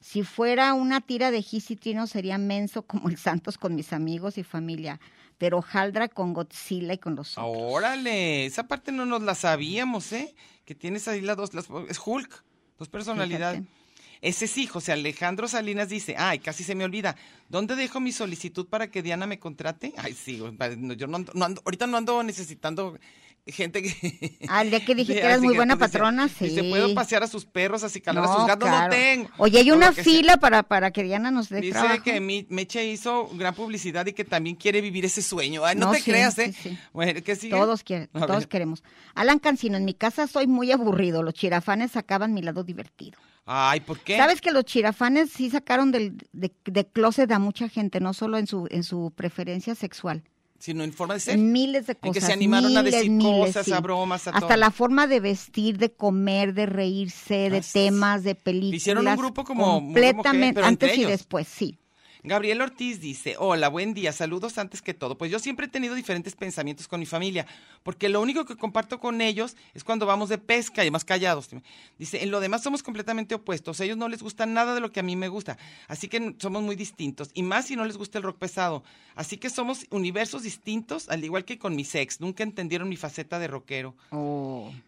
Speaker 4: Si fuera una tira de Gis y Trino sería menso como el Santos con mis amigos y familia, pero Haldra con Godzilla y con los
Speaker 3: Ah,
Speaker 4: otros.
Speaker 3: Órale, esa parte no nos la sabíamos, ¿eh? Que tienes ahí las dos, las, es Hulk, dos personalidades.
Speaker 4: Fíjate.
Speaker 3: Ese sí, José Alejandro Salinas dice, ay, casi se me olvida, ¿dónde dejo mi solicitud para que Diana me contrate? Ay, sí, pa- no, yo no ando, no ando- ahorita no ando necesitando gente que...
Speaker 4: Ah, el día que
Speaker 3: <laughs>
Speaker 4: dije
Speaker 3: Sí,
Speaker 4: que eras
Speaker 3: así
Speaker 4: muy buena
Speaker 3: tú decías,
Speaker 4: patrona,
Speaker 3: Y se
Speaker 4: sí.
Speaker 3: puedo pasear a sus perros, así calar a
Speaker 4: No,
Speaker 3: sus gatos,
Speaker 4: claro.
Speaker 3: no tengo.
Speaker 4: Oye, hay
Speaker 3: O lo
Speaker 4: una
Speaker 3: que sea.
Speaker 4: fila para, para que Diana nos dé
Speaker 3: Dice
Speaker 4: trabajo.
Speaker 3: que Mi- Meche hizo gran publicidad y que también quiere vivir ese sueño. Ay, no,
Speaker 4: No,
Speaker 3: te
Speaker 4: sí,
Speaker 3: creas, ¿eh?
Speaker 4: sí, sí.
Speaker 3: Bueno, ¿qué sigue?
Speaker 4: Todos, quieren,
Speaker 3: A ver.
Speaker 4: todos queremos. Alan Cancino, en mi casa soy muy aburrido. Los chirafanes sacaban mi lado divertido.
Speaker 3: Ay, ¿por qué?
Speaker 4: ¿Sabes que los chirafanes sí sacaron del, de, de closet a mucha gente, no solo en su, en su preferencia sexual?
Speaker 3: Sino en forma de ser.
Speaker 4: En miles de
Speaker 3: En
Speaker 4: cosas.
Speaker 3: que se animaron a
Speaker 4: miles,
Speaker 3: decir
Speaker 4: miles,
Speaker 3: cosas,
Speaker 4: sí.
Speaker 3: a bromas, a
Speaker 4: Hasta
Speaker 3: todo.
Speaker 4: la forma de vestir, de comer, de reírse, de
Speaker 3: Ah, sí.
Speaker 4: temas, de películas.
Speaker 3: Hicieron un grupo como- muy homogéneo,
Speaker 4: completamente
Speaker 3: pero entre
Speaker 4: antes y
Speaker 3: ellos.
Speaker 4: después, sí.
Speaker 3: Gabriel Ortiz dice, hola, buen día, saludos antes que todo. Pues yo siempre he tenido diferentes pensamientos con mi familia, porque lo único que comparto con ellos es cuando vamos de pesca y además callados. Dice, en lo demás somos completamente opuestos, a ellos no les gusta nada de lo que a mí me gusta, así que n- somos muy distintos, y más si no les gusta el rock pesado. Así que somos universos distintos, al igual que con mis ex, nunca entendieron mi faceta de rockero.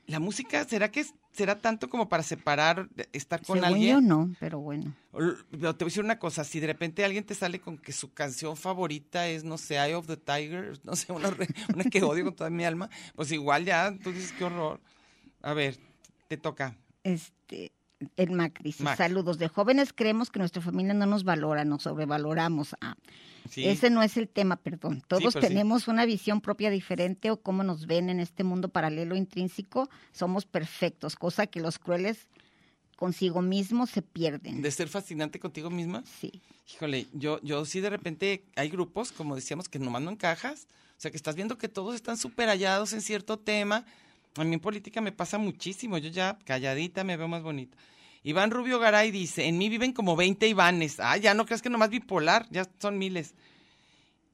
Speaker 3: La música, ¿será que es- será tanto como para separar, de- estar con
Speaker 4: Según
Speaker 3: alguien?
Speaker 4: yo no, pero bueno.
Speaker 3: L- Pero te voy a decir una cosa, si de repente alguien te sale con que su canción favorita es, no sé, Eye of the Tiger, <laughs> no sé, una, re- una que odio con toda mi alma, pues igual ya, tú dices, qué horror. A ver, te toca.
Speaker 4: Este, el Mac dice,
Speaker 3: Mac.
Speaker 4: saludos de jóvenes, creemos que nuestra familia no nos valora, nos sobrevaloramos. Ah,
Speaker 3: Sí.
Speaker 4: Ese no es el tema, perdón. Todos
Speaker 3: pero sí.
Speaker 4: tenemos una visión propia diferente o cómo nos ven en este mundo paralelo intrínseco, somos perfectos, cosa que los crueles consigo mismos se pierden.
Speaker 3: De ser fascinante contigo misma.
Speaker 4: Sí.
Speaker 3: Híjole, yo, yo sí de repente hay grupos, como decíamos, que nomás no encajas. O sea, que estás viendo que todos están súper hallados en cierto tema. A mí en política me pasa muchísimo. Yo ya calladita me veo más bonita. Iván Rubio Garay dice, en mí viven como 20 Ivanes. Ah, ya no creas que nomás bipolar, ya son miles.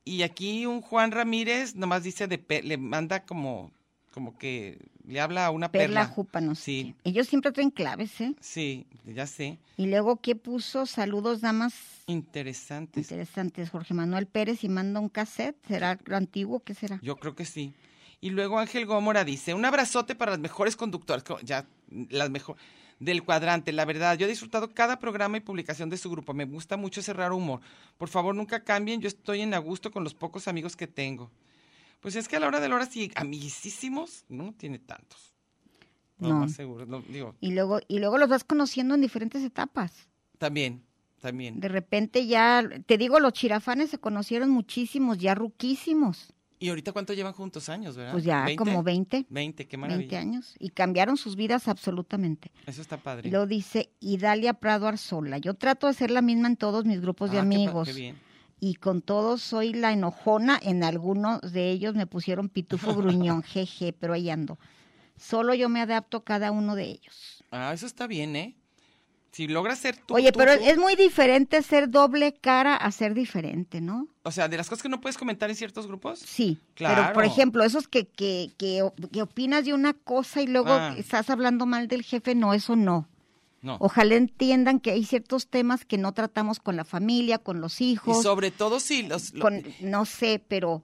Speaker 3: Y aquí un Juan Ramírez nomás dice, de pe- le manda como, como que le habla a una
Speaker 4: Perla,
Speaker 3: perla.
Speaker 4: Jupa, no sé
Speaker 3: Sí.
Speaker 4: qué. Ellos siempre traen claves, ¿eh?
Speaker 3: Sí, ya sé.
Speaker 4: Y luego, ¿qué puso? Saludos, damas
Speaker 3: Interesantes.
Speaker 4: interesantes. Jorge Manuel Pérez y manda un cassette. ¿Será lo antiguo? ¿Qué será?
Speaker 3: Yo creo que sí. Y luego Ángel Gómora dice, un abrazote para las mejores conductoras, co- ya, las mejor del cuadrante, la verdad, yo he disfrutado cada programa y publicación de su grupo, me gusta mucho ese raro humor. Por favor, nunca cambien, yo estoy en a gusto con los pocos amigos que tengo. Pues es que a la hora de la hora sí, amiguísimos, no, no tiene tantos. No,
Speaker 4: No.
Speaker 3: más seguro, no, digo,
Speaker 4: Y luego, y luego los vas conociendo en diferentes etapas.
Speaker 3: también, también.
Speaker 4: De repente ya, te digo, los chirafanes se conocieron muchísimos, ya ruquísimos.
Speaker 3: Y ahorita cuánto llevan juntos años, ¿verdad?
Speaker 4: Pues ya
Speaker 3: Ah, ¿Veinte?
Speaker 4: como 20,
Speaker 3: 20, qué
Speaker 4: 20
Speaker 3: maravilla.
Speaker 4: años. Y cambiaron sus vidas absolutamente.
Speaker 3: Eso está padre.
Speaker 4: Y Lo dice Idalia Prado Arzola. Yo trato de ser la misma en todos mis grupos pues, de
Speaker 3: Ah, qué pa-
Speaker 4: amigos.
Speaker 3: qué bien.
Speaker 4: Y con todos soy la enojona. En algunos de ellos me pusieron
Speaker 3: <laughs>
Speaker 4: pitufo gruñón, jeje, pero ahí ando. Solo yo me adapto a cada uno de ellos.
Speaker 3: Ah, eso está bien, ¿eh? Si logras ser tú.
Speaker 4: Oye,
Speaker 3: tú,
Speaker 4: pero
Speaker 3: tú,
Speaker 4: es muy diferente ser doble cara a ser diferente, ¿no?
Speaker 3: O sea, de las cosas que no puedes comentar en ciertos grupos.
Speaker 4: Sí, pero
Speaker 3: Claro.
Speaker 4: por ejemplo, esos que, que, que, que opinas de una cosa y luego
Speaker 3: Ah.
Speaker 4: estás hablando mal del jefe, no, eso no.
Speaker 3: No.
Speaker 4: Ojalá entiendan que hay ciertos temas que no tratamos con la familia, con los
Speaker 3: Y
Speaker 4: hijos,
Speaker 3: sobre todo si los, lo-
Speaker 4: con, no sé, pero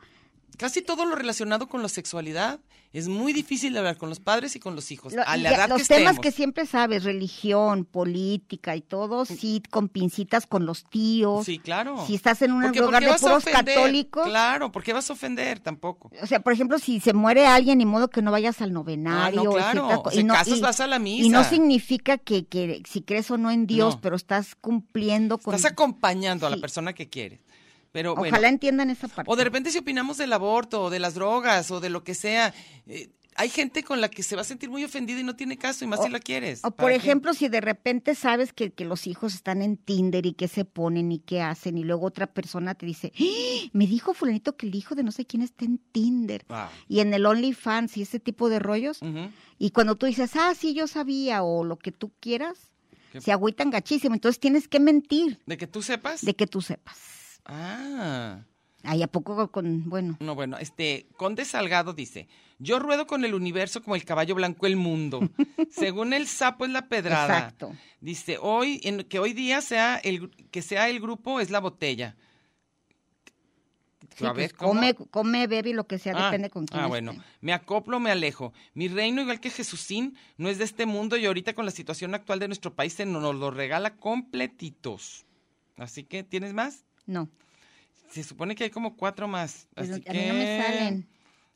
Speaker 3: casi todo lo relacionado con la sexualidad es muy difícil de hablar con los padres y con los hijos.
Speaker 4: lo-
Speaker 3: Pues, a la
Speaker 4: ya-
Speaker 3: edad
Speaker 4: los
Speaker 3: que
Speaker 4: temas
Speaker 3: estemos. Mm.
Speaker 4: que siempre sabes, religión, política y todo, sí, con pincitas con los tíos.
Speaker 3: Sí, claro.
Speaker 4: Si estás en un
Speaker 3: Porque-
Speaker 4: lugar
Speaker 3: porque
Speaker 4: de
Speaker 3: vas a
Speaker 4: puros
Speaker 3: ofender,
Speaker 4: católicos.
Speaker 3: Claro, ¿por qué vas a ofender tampoco?
Speaker 4: O sea, por ejemplo, si se muere alguien, ni modo que no vayas al novenario.
Speaker 3: Ah, no,
Speaker 4: o
Speaker 3: claro.
Speaker 4: ciertas co-
Speaker 3: Si casas, vas a la
Speaker 4: Y no
Speaker 3: misa.
Speaker 4: significa que, que si crees o no en Dios,
Speaker 3: No.
Speaker 4: pero estás cumpliendo con...
Speaker 3: Estás acompañando a la
Speaker 4: Sí.
Speaker 3: persona que quieres. Pero bueno.
Speaker 4: Ojalá entiendan esa parte.
Speaker 3: O de repente si opinamos del aborto, o de las drogas, o de lo que sea, eh, hay gente con la que se va a sentir muy ofendida y no tiene caso, y más
Speaker 4: O-
Speaker 3: si la quieres.
Speaker 4: O por
Speaker 3: ¿Para qué?
Speaker 4: ejemplo, si de repente sabes que, que los hijos están en Tinder y qué se ponen y qué hacen, y luego otra persona te dice, "¡Ah! me dijo fulanito que el hijo de no sé quién está en Tinder.
Speaker 3: Ah.
Speaker 4: Y en el OnlyFans y ese tipo de rollos.
Speaker 3: Ujú.
Speaker 4: Y cuando tú dices, ah, sí, yo sabía, o lo que tú quieras,
Speaker 3: ¿Qué?
Speaker 4: se agüitan gachísimo. Entonces tienes que mentir
Speaker 3: De que tú sepas.
Speaker 4: de que tú sepas.
Speaker 3: Ah.
Speaker 4: Ay, ¿a poco con, bueno,
Speaker 3: No, bueno, este, Conde Salgado dice, yo ruedo con el universo como el caballo blanco
Speaker 4: <laughs>
Speaker 3: el mundo. Según el sapo es la pedrada.
Speaker 4: Exacto.
Speaker 3: Dice, hoy, en, que hoy día sea el, gru- que sea el grupo es la botella.
Speaker 4: sí,
Speaker 3: A
Speaker 4: pues,
Speaker 3: ver, ¿cómo?
Speaker 4: come, come, bebe, y lo que sea,
Speaker 3: Ah,
Speaker 4: depende con quién
Speaker 3: Ah,
Speaker 4: esté.
Speaker 3: bueno. Me acoplo, me alejo. Mi reino, igual que Jesucín, no es de este mundo y ahorita con la situación actual de nuestro país se nos lo regala completitos. Así que, ¿tienes más?
Speaker 4: No,
Speaker 3: Se supone que hay como cuatro más.
Speaker 4: pues,
Speaker 3: así
Speaker 4: a mí no me
Speaker 3: que-
Speaker 4: salen.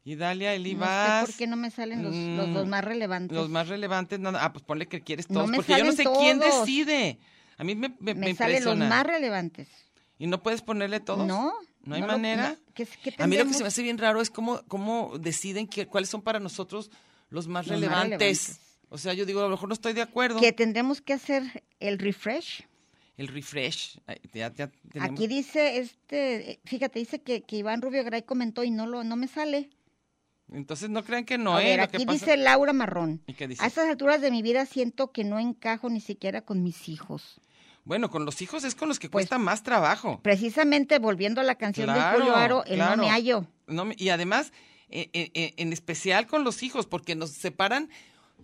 Speaker 3: Y Dalia, Eli,
Speaker 4: No sé
Speaker 3: vas.
Speaker 4: por qué no me salen los, los
Speaker 3: Mm,
Speaker 4: dos más relevantes.
Speaker 3: Los más relevantes, nada. Ah, pues ponle que quieres
Speaker 4: No
Speaker 3: todos,
Speaker 4: me
Speaker 3: porque yo no sé
Speaker 4: salen
Speaker 3: quién
Speaker 4: todos.
Speaker 3: decide. A mí me,
Speaker 4: me
Speaker 3: me- me
Speaker 4: salen los
Speaker 3: impresiona.
Speaker 4: más relevantes.
Speaker 3: ¿Y no puedes ponerle todos?
Speaker 4: No.
Speaker 3: ¿No hay
Speaker 4: lo-
Speaker 3: manera?
Speaker 4: no, ¿qué- qué
Speaker 3: A mí lo que
Speaker 4: tendremos?
Speaker 3: se me hace bien raro es cómo, cómo deciden qué- cuáles son para nosotros los más
Speaker 4: Los más
Speaker 3: relevantes.
Speaker 4: relevantes.
Speaker 3: O O sea, yo digo, a lo mejor no estoy de acuerdo.
Speaker 4: Que tendremos que hacer el refresh.
Speaker 3: El refresh. ay, ya- ya tenemos-
Speaker 4: Aquí dice, este, eh, fíjate, dice que, que Iván Rubio Gray comentó y no lo, no me sale.
Speaker 3: Entonces no crean que no,
Speaker 4: A
Speaker 3: ¿eh?
Speaker 4: ver,
Speaker 3: Lo que
Speaker 4: aquí
Speaker 3: pasa-
Speaker 4: dice Laura Marrón.
Speaker 3: ¿Y qué dice?
Speaker 4: A estas alturas de mi vida siento que no encajo ni siquiera con mis hijos.
Speaker 3: Bueno, con los hijos es con los que
Speaker 4: Pues-
Speaker 3: cuesta más trabajo.
Speaker 4: Precisamente volviendo a la canción de Julio Aro, el
Speaker 3: claro.
Speaker 4: no me hallo.
Speaker 3: No me- y además, eh, eh, eh, en especial con los hijos, porque nos separan,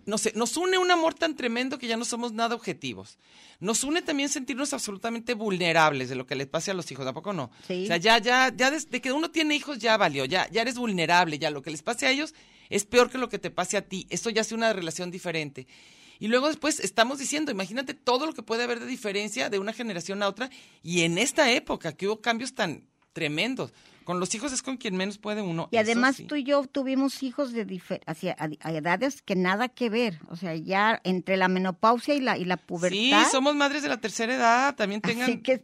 Speaker 3: no sé, nos une un amor tan tremendo que ya no somos nada objetivos. Nos une también sentirnos absolutamente vulnerables de lo que les pase a los hijos, ¿a poco no?
Speaker 4: Sí.
Speaker 3: O sea, ya, ya, ya desde que uno tiene hijos ya valió, ya, ya eres vulnerable, ya lo que les pase a ellos es peor que lo que te pase a ti. Esto ya hace una relación diferente. Y luego después estamos diciendo, imagínate todo lo que puede haber de diferencia de una generación a otra y en esta época que hubo cambios tan tremendos. Con los hijos es con quien menos puede uno.
Speaker 4: Y
Speaker 3: eso
Speaker 4: además
Speaker 3: sí.
Speaker 4: tú y yo tuvimos hijos de difer- hacia- a, a edades que nada que ver. O sea, ya entre la menopausia y la, y la pubertad.
Speaker 3: Sí, somos madres de la tercera edad, también tengan...
Speaker 4: Así que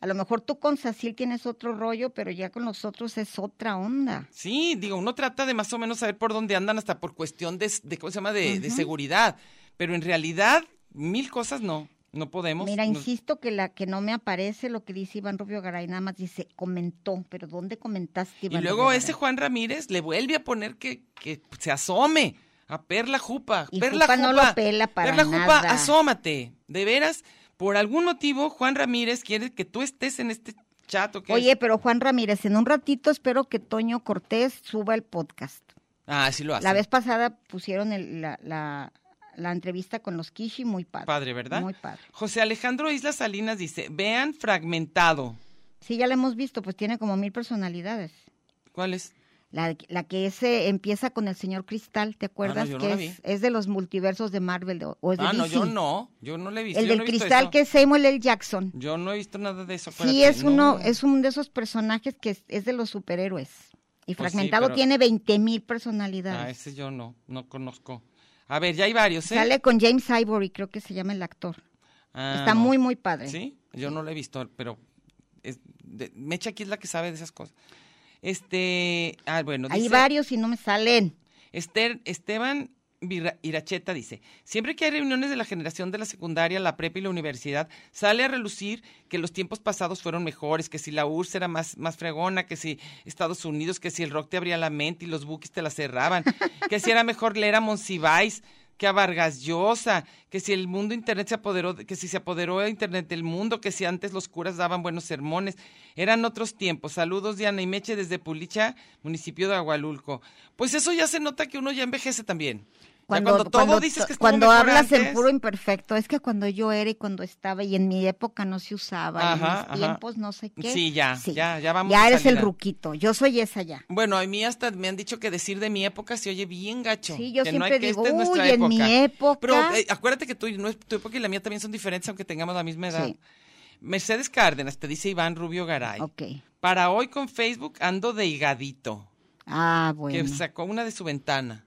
Speaker 4: a lo mejor tú con Sacil tienes otro rollo, pero ya con los otros es otra onda.
Speaker 3: Sí, digo, uno trata de más o menos saber por dónde andan hasta por cuestión de, de ¿cómo se llama?, de, de seguridad. Pero en realidad, mil cosas no, no podemos.
Speaker 4: Mira,
Speaker 3: No-
Speaker 4: insisto que la que no me aparece lo que dice Iván Rubio Garay, nada más dice, comentó, pero ¿dónde comentaste
Speaker 3: Y
Speaker 4: Iván
Speaker 3: luego
Speaker 4: Rubio
Speaker 3: ese
Speaker 4: Garay?
Speaker 3: Juan Ramírez le vuelve a poner que, que se asome a Perla Jupa.
Speaker 4: Y
Speaker 3: Perla
Speaker 4: Jupa no lo pela para
Speaker 3: Perla Jupa,
Speaker 4: nada.
Speaker 3: asómate. De veras, por algún motivo, Juan Ramírez quiere que tú estés en este chato. Que
Speaker 4: Oye, pero Juan Ramírez, en un ratito espero que Toño Cortés suba el podcast.
Speaker 3: Ah, sí lo hace.
Speaker 4: La vez pasada pusieron el- la, la- la entrevista con los Kishi, muy padre.
Speaker 3: Padre, ¿verdad?
Speaker 4: Muy padre.
Speaker 3: José Alejandro Islas Salinas dice, vean fragmentado.
Speaker 4: Sí, ya la hemos visto, pues tiene como mil personalidades.
Speaker 3: ¿Cuál es?
Speaker 4: La, la que ese empieza con el señor Cristal, ¿te acuerdas?
Speaker 3: yo Ah, no
Speaker 4: que
Speaker 3: la
Speaker 4: es, es de los multiversos de Marvel de- o es pues, de
Speaker 3: Ah, no,
Speaker 4: DC.
Speaker 3: yo no. Yo no le he visto.
Speaker 4: El
Speaker 3: yo
Speaker 4: del
Speaker 3: no he visto
Speaker 4: Cristal
Speaker 3: eso.
Speaker 4: que es Samuel L. Jackson.
Speaker 3: Yo no he visto nada de eso.
Speaker 4: sí,
Speaker 3: acuérdate,
Speaker 4: es uno,
Speaker 3: no.
Speaker 4: es uno de esos personajes que es, es de los superhéroes. Y
Speaker 3: Pues sí,
Speaker 4: fragmentado
Speaker 3: pero-
Speaker 4: tiene 20 mil
Speaker 3: Ah,
Speaker 4: personalidades.
Speaker 3: ese yo no, no conozco. A ver, ya hay varios, ¿eh?
Speaker 4: Sale con James Ivory, creo que se llama el actor.
Speaker 3: Ah,
Speaker 4: Está
Speaker 3: no.
Speaker 4: muy, muy padre.
Speaker 3: Sí, yo no lo he visto, pero es de- Mecha aquí es la que sabe de esas cosas. Este, ah, bueno,
Speaker 4: Hay
Speaker 3: dice
Speaker 4: varios y no me salen.
Speaker 3: Esther, Esteban Virra- Iracheta dice, siempre que hay reuniones de la generación de la secundaria, la prepa y la universidad, sale a relucir que los tiempos pasados fueron mejores, que si la URSS era más, más fregona, que si Estados Unidos, que si el rock te abría la mente y los buques te la cerraban, que si era mejor leer a Monsiváis que a Vargas Llosa, que si el mundo internet se apoderó, que si se apoderó el internet del mundo, que si antes los curas daban buenos sermones, eran otros tiempos. Saludos Diana y Meche desde Pulicha, municipio de Agualulco. Pues eso ya se nota que uno ya envejece también. Ya Cuando, todo
Speaker 4: cuando
Speaker 3: dices
Speaker 4: to-
Speaker 3: que estuvo
Speaker 4: cuando
Speaker 3: mejor
Speaker 4: hablas en
Speaker 3: antes,
Speaker 4: puro imperfecto, es que cuando yo era y cuando estaba y en mi época no se usaba, y
Speaker 3: Ajá,
Speaker 4: en mis
Speaker 3: ajá.
Speaker 4: tiempos no sé qué.
Speaker 3: Sí, ya, ya, ya vamos
Speaker 4: Ya
Speaker 3: de
Speaker 4: eres el
Speaker 3: salida.
Speaker 4: ruquito, yo soy esa ya.
Speaker 3: Bueno, a mí hasta me han dicho que decir de mi época se oye bien gacho.
Speaker 4: Sí, yo
Speaker 3: que
Speaker 4: siempre
Speaker 3: no hay que
Speaker 4: digo,
Speaker 3: esta es nuestra
Speaker 4: "Uy, en mi época".
Speaker 3: Pero eh, acuérdate que tu, no- tu época y la mía también son diferentes, aunque tengamos la misma edad.
Speaker 4: Sí.
Speaker 3: Mercedes Cárdenas, te dice Iván Rubio Garay.
Speaker 4: Ok.
Speaker 3: Para hoy con Facebook ando de higadito,
Speaker 4: Ah,
Speaker 3: que
Speaker 4: bueno.
Speaker 3: sacó una de su ventana.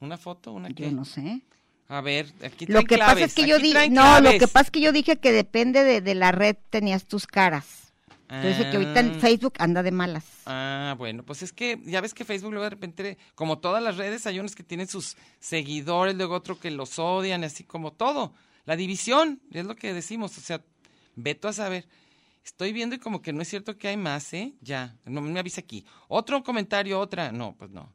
Speaker 3: ¿Una foto? ¿Una
Speaker 4: Yo
Speaker 3: qué?
Speaker 4: no sé.
Speaker 3: A ver, aquí traen
Speaker 4: Lo que pasa
Speaker 3: claves,
Speaker 4: es que yo
Speaker 3: aquí
Speaker 4: dije,
Speaker 3: traen
Speaker 4: no, lo que
Speaker 3: claves.
Speaker 4: pasa es que yo dije que depende de, de la red tenías tus caras. Entonces que ahorita en
Speaker 3: Ah.
Speaker 4: Facebook anda de malas.
Speaker 3: Ah, bueno, pues es que ya ves que Facebook luego de repente, como todas las redes, hay unos que tienen sus seguidores, luego otro que los odian, así como todo. La división, es lo que decimos, o sea, veto a saber. Estoy viendo y como que no es cierto que hay más, ¿eh? Ya, no me avisa aquí. Otro comentario, otra. No, pues no.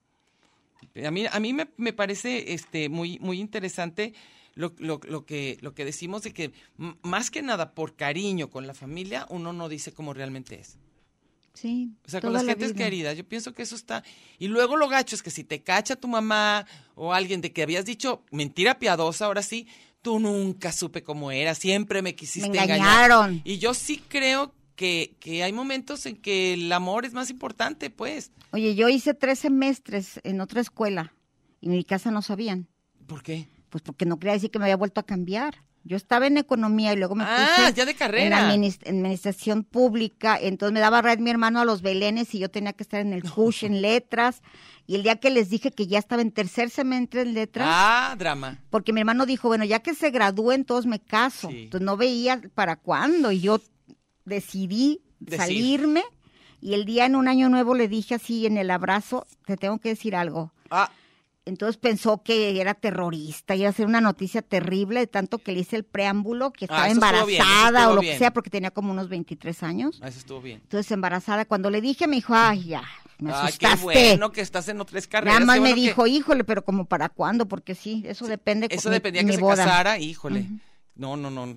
Speaker 3: A mí, a mí me, me parece este, muy, muy interesante lo, lo- lo que, lo que decimos de que m- más que nada por cariño con la familia, uno no dice cómo realmente es.
Speaker 4: Sí.
Speaker 3: O sea, con
Speaker 4: toda
Speaker 3: las
Speaker 4: la
Speaker 3: gentes
Speaker 4: vida.
Speaker 3: queridas. Yo pienso que eso está. Y luego lo gacho es que si te cacha tu mamá o alguien de que habías dicho mentira piadosa, ahora sí, tú nunca supe cómo era, siempre me quisiste
Speaker 4: Me engañaron.
Speaker 3: engañar. Y yo sí creo que, que hay momentos en que el amor es más importante, pues.
Speaker 4: Oye, yo hice tres semestres en otra escuela y en mi casa no sabían.
Speaker 3: ¿Por qué?
Speaker 4: Pues porque no quería decir que me había vuelto a cambiar. Yo estaba en economía y luego me
Speaker 3: Ah,
Speaker 4: puse
Speaker 3: ya de carrera.
Speaker 4: en, administ- en administración pública. Entonces me daba red mi hermano a los belenes y yo tenía que estar en
Speaker 3: <laughs>
Speaker 4: el CUSH en letras. Y el día que les dije que ya estaba en tercer semestre en letras,
Speaker 3: Ah, drama.
Speaker 4: porque mi hermano dijo, bueno, ya que se gradúen todos me caso.
Speaker 3: Sí.
Speaker 4: Entonces no veía para cuándo y yo decidí
Speaker 3: Decir.
Speaker 4: salirme. Y el día en un año nuevo le dije así en el abrazo, te tengo que decir algo
Speaker 3: Ah,
Speaker 4: Entonces pensó que era terrorista, iba a ser una noticia terrible, de tanto que le hice el preámbulo, que estaba
Speaker 3: Ah, eso estuvo
Speaker 4: embarazada
Speaker 3: bien, eso
Speaker 4: o
Speaker 3: estuvo
Speaker 4: lo que
Speaker 3: bien.
Speaker 4: sea, porque tenía como unos 23 años.
Speaker 3: Ah, eso estuvo bien.
Speaker 4: Entonces embarazada, cuando le dije, me dijo, ay, ya, me
Speaker 3: Ay,
Speaker 4: asustaste.
Speaker 3: qué bueno que estás en otras carreras.
Speaker 4: Nada más
Speaker 3: qué
Speaker 4: me
Speaker 3: bueno que-
Speaker 4: dijo, híjole, pero como para cuándo, porque sí, eso depende.
Speaker 3: Eso
Speaker 4: con mi-
Speaker 3: dependía
Speaker 4: mi
Speaker 3: que
Speaker 4: boda.
Speaker 3: se casara, híjole. No, no, no.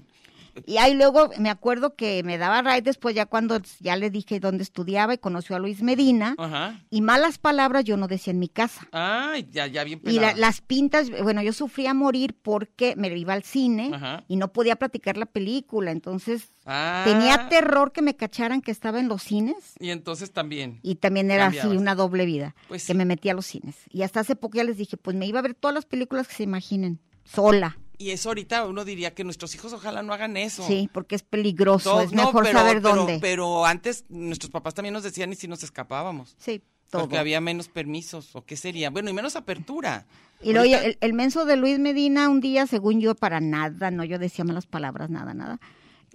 Speaker 4: Y ahí luego me acuerdo que me daba raíz después ya cuando ya le dije dónde estudiaba y conoció a Luis Medina.
Speaker 3: Ajá.
Speaker 4: Y malas palabras yo no decía en mi casa.
Speaker 3: Ay, ya, ya bien
Speaker 4: Y la-
Speaker 3: pelada.
Speaker 4: las pintas, bueno, yo sufría a morir porque me iba al cine
Speaker 3: Ajá.
Speaker 4: y no podía platicar la película. Entonces
Speaker 3: Ah,
Speaker 4: tenía terror que me cacharan que estaba en los cines.
Speaker 3: Y entonces también.
Speaker 4: Y también era así
Speaker 3: Cambiabas.
Speaker 4: una doble vida,
Speaker 3: Pues
Speaker 4: que
Speaker 3: sí.
Speaker 4: me metía a los cines. Y hasta hace poco ya les dije, pues me iba a ver todas las películas que se imaginen, sola.
Speaker 3: Y eso ahorita uno diría que nuestros hijos ojalá no hagan eso.
Speaker 4: Sí, porque es peligroso,
Speaker 3: To-
Speaker 4: es
Speaker 3: no,
Speaker 4: mejor
Speaker 3: pero-
Speaker 4: saber
Speaker 3: pero-
Speaker 4: dónde.
Speaker 3: Pero, antes nuestros papás también nos decían y si nos escapábamos.
Speaker 4: sí, todo.
Speaker 3: Porque había menos permisos, o qué sería. Bueno, y menos apertura.
Speaker 4: <laughs> Y luego
Speaker 3: Ahorita-
Speaker 4: el, el menso de Luis Medina un día, según yo, para nada, no, yo decía malas palabras, nada, nada.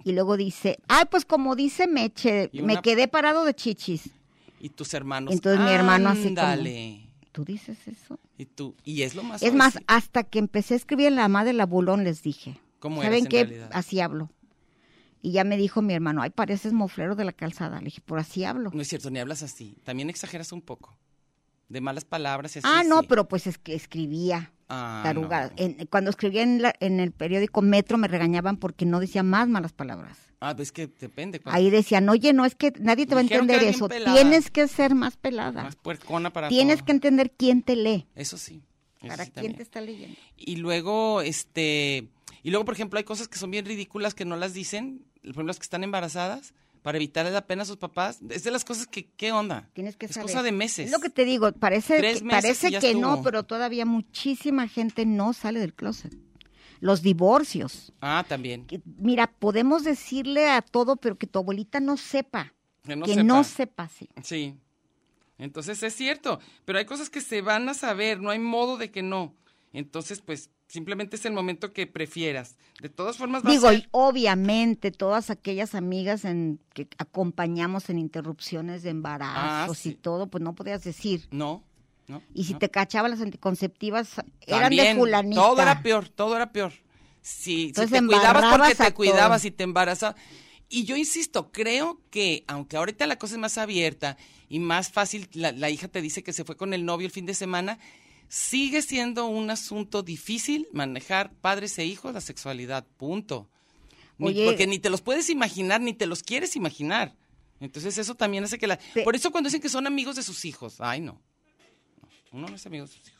Speaker 4: Y luego dice, ay, pues como dice Meche,
Speaker 3: Y
Speaker 4: me
Speaker 3: una-
Speaker 4: quedé parado de chichis.
Speaker 3: Y tus hermanos.
Speaker 4: Entonces mi hermano así como-
Speaker 3: Ándale.
Speaker 4: ¿Tú dices eso?
Speaker 3: Y tú, y es lo más
Speaker 4: es más,
Speaker 3: suavecito.
Speaker 4: hasta que empecé a escribir en la madre la bulón les dije.
Speaker 3: ¿Cómo eres
Speaker 4: ¿Saben
Speaker 3: en
Speaker 4: qué?
Speaker 3: realidad?
Speaker 4: Así hablo. Y ya me dijo mi hermano, ay, pareces moflero de la calzada. Le dije, por así hablo.
Speaker 3: No es cierto, ni hablas así. También exageras un poco. De malas palabras y así.
Speaker 4: ah, no,
Speaker 3: sí.
Speaker 4: pero pues es que escribía.
Speaker 3: Ah,
Speaker 4: taruga. eh.
Speaker 3: no.
Speaker 4: En- cuando escribía en, la- en el periódico Metro me regañaban porque no decía más malas palabras.
Speaker 3: Ah, pues es que depende. cuando-
Speaker 4: Ahí decían, oye, no es que nadie te va a
Speaker 3: Dijeron que
Speaker 4: entender
Speaker 3: eres
Speaker 4: eso.
Speaker 3: bien pelada.
Speaker 4: Tienes que ser más pelada.
Speaker 3: Más puercona para
Speaker 4: Tienes
Speaker 3: todo.
Speaker 4: que entender quién te lee.
Speaker 3: Eso sí. eso
Speaker 4: Para
Speaker 3: sí
Speaker 4: quién
Speaker 3: también.
Speaker 4: te está leyendo.
Speaker 3: Y luego, este, y luego, por ejemplo, hay cosas que son bien ridículas que no las dicen, por ejemplo, las que están embarazadas, para evitarle la pena a sus papás. Es de las cosas que, ¿qué onda?
Speaker 4: Tienes que
Speaker 3: es
Speaker 4: saber.
Speaker 3: cosa de meses.
Speaker 4: Es lo que te digo, parece
Speaker 3: Tres
Speaker 4: que,
Speaker 3: meses
Speaker 4: parece
Speaker 3: y ya
Speaker 4: que no,
Speaker 3: estuvo.
Speaker 4: pero todavía muchísima gente no sale del closet. Los divorcios.
Speaker 3: Ah, también.
Speaker 4: Que, mira, podemos decirle a todo, pero que tu abuelita no sepa.
Speaker 3: Que no
Speaker 4: que
Speaker 3: sepa.
Speaker 4: no sepa, sí.
Speaker 3: Sí. Entonces es cierto, pero hay cosas que se van a saber, no hay modo de que no. Entonces, pues, simplemente es el momento que prefieras. De todas formas, va a
Speaker 4: Digo,
Speaker 3: ser-
Speaker 4: y obviamente todas aquellas amigas en que acompañamos en interrupciones de embarazos
Speaker 3: Ah, sí.
Speaker 4: y todo, pues no podías decir.
Speaker 3: No, no.
Speaker 4: Y si
Speaker 3: no.
Speaker 4: te cachaban las anticonceptivas, eran
Speaker 3: También,
Speaker 4: de fulanita.
Speaker 3: Todo era peor, todo era peor. Si, si
Speaker 4: Entonces,
Speaker 3: te cuidabas
Speaker 4: embarrabas
Speaker 3: porque
Speaker 4: a
Speaker 3: te
Speaker 4: todo.
Speaker 3: cuidabas y te embarazabas. Y yo insisto, creo que aunque ahorita la cosa es más abierta y más fácil, la, la hija te dice que se fue con el novio el fin de semana, sigue siendo un asunto difícil manejar padres e hijos la sexualidad, punto. Ni-
Speaker 4: Oye.
Speaker 3: porque ni te los puedes imaginar, ni te los quieres imaginar. Entonces eso también hace que la...
Speaker 4: Pe-
Speaker 3: Por eso cuando dicen que son amigos de sus hijos, ay no. no, Uno no es amigo de sus hijos.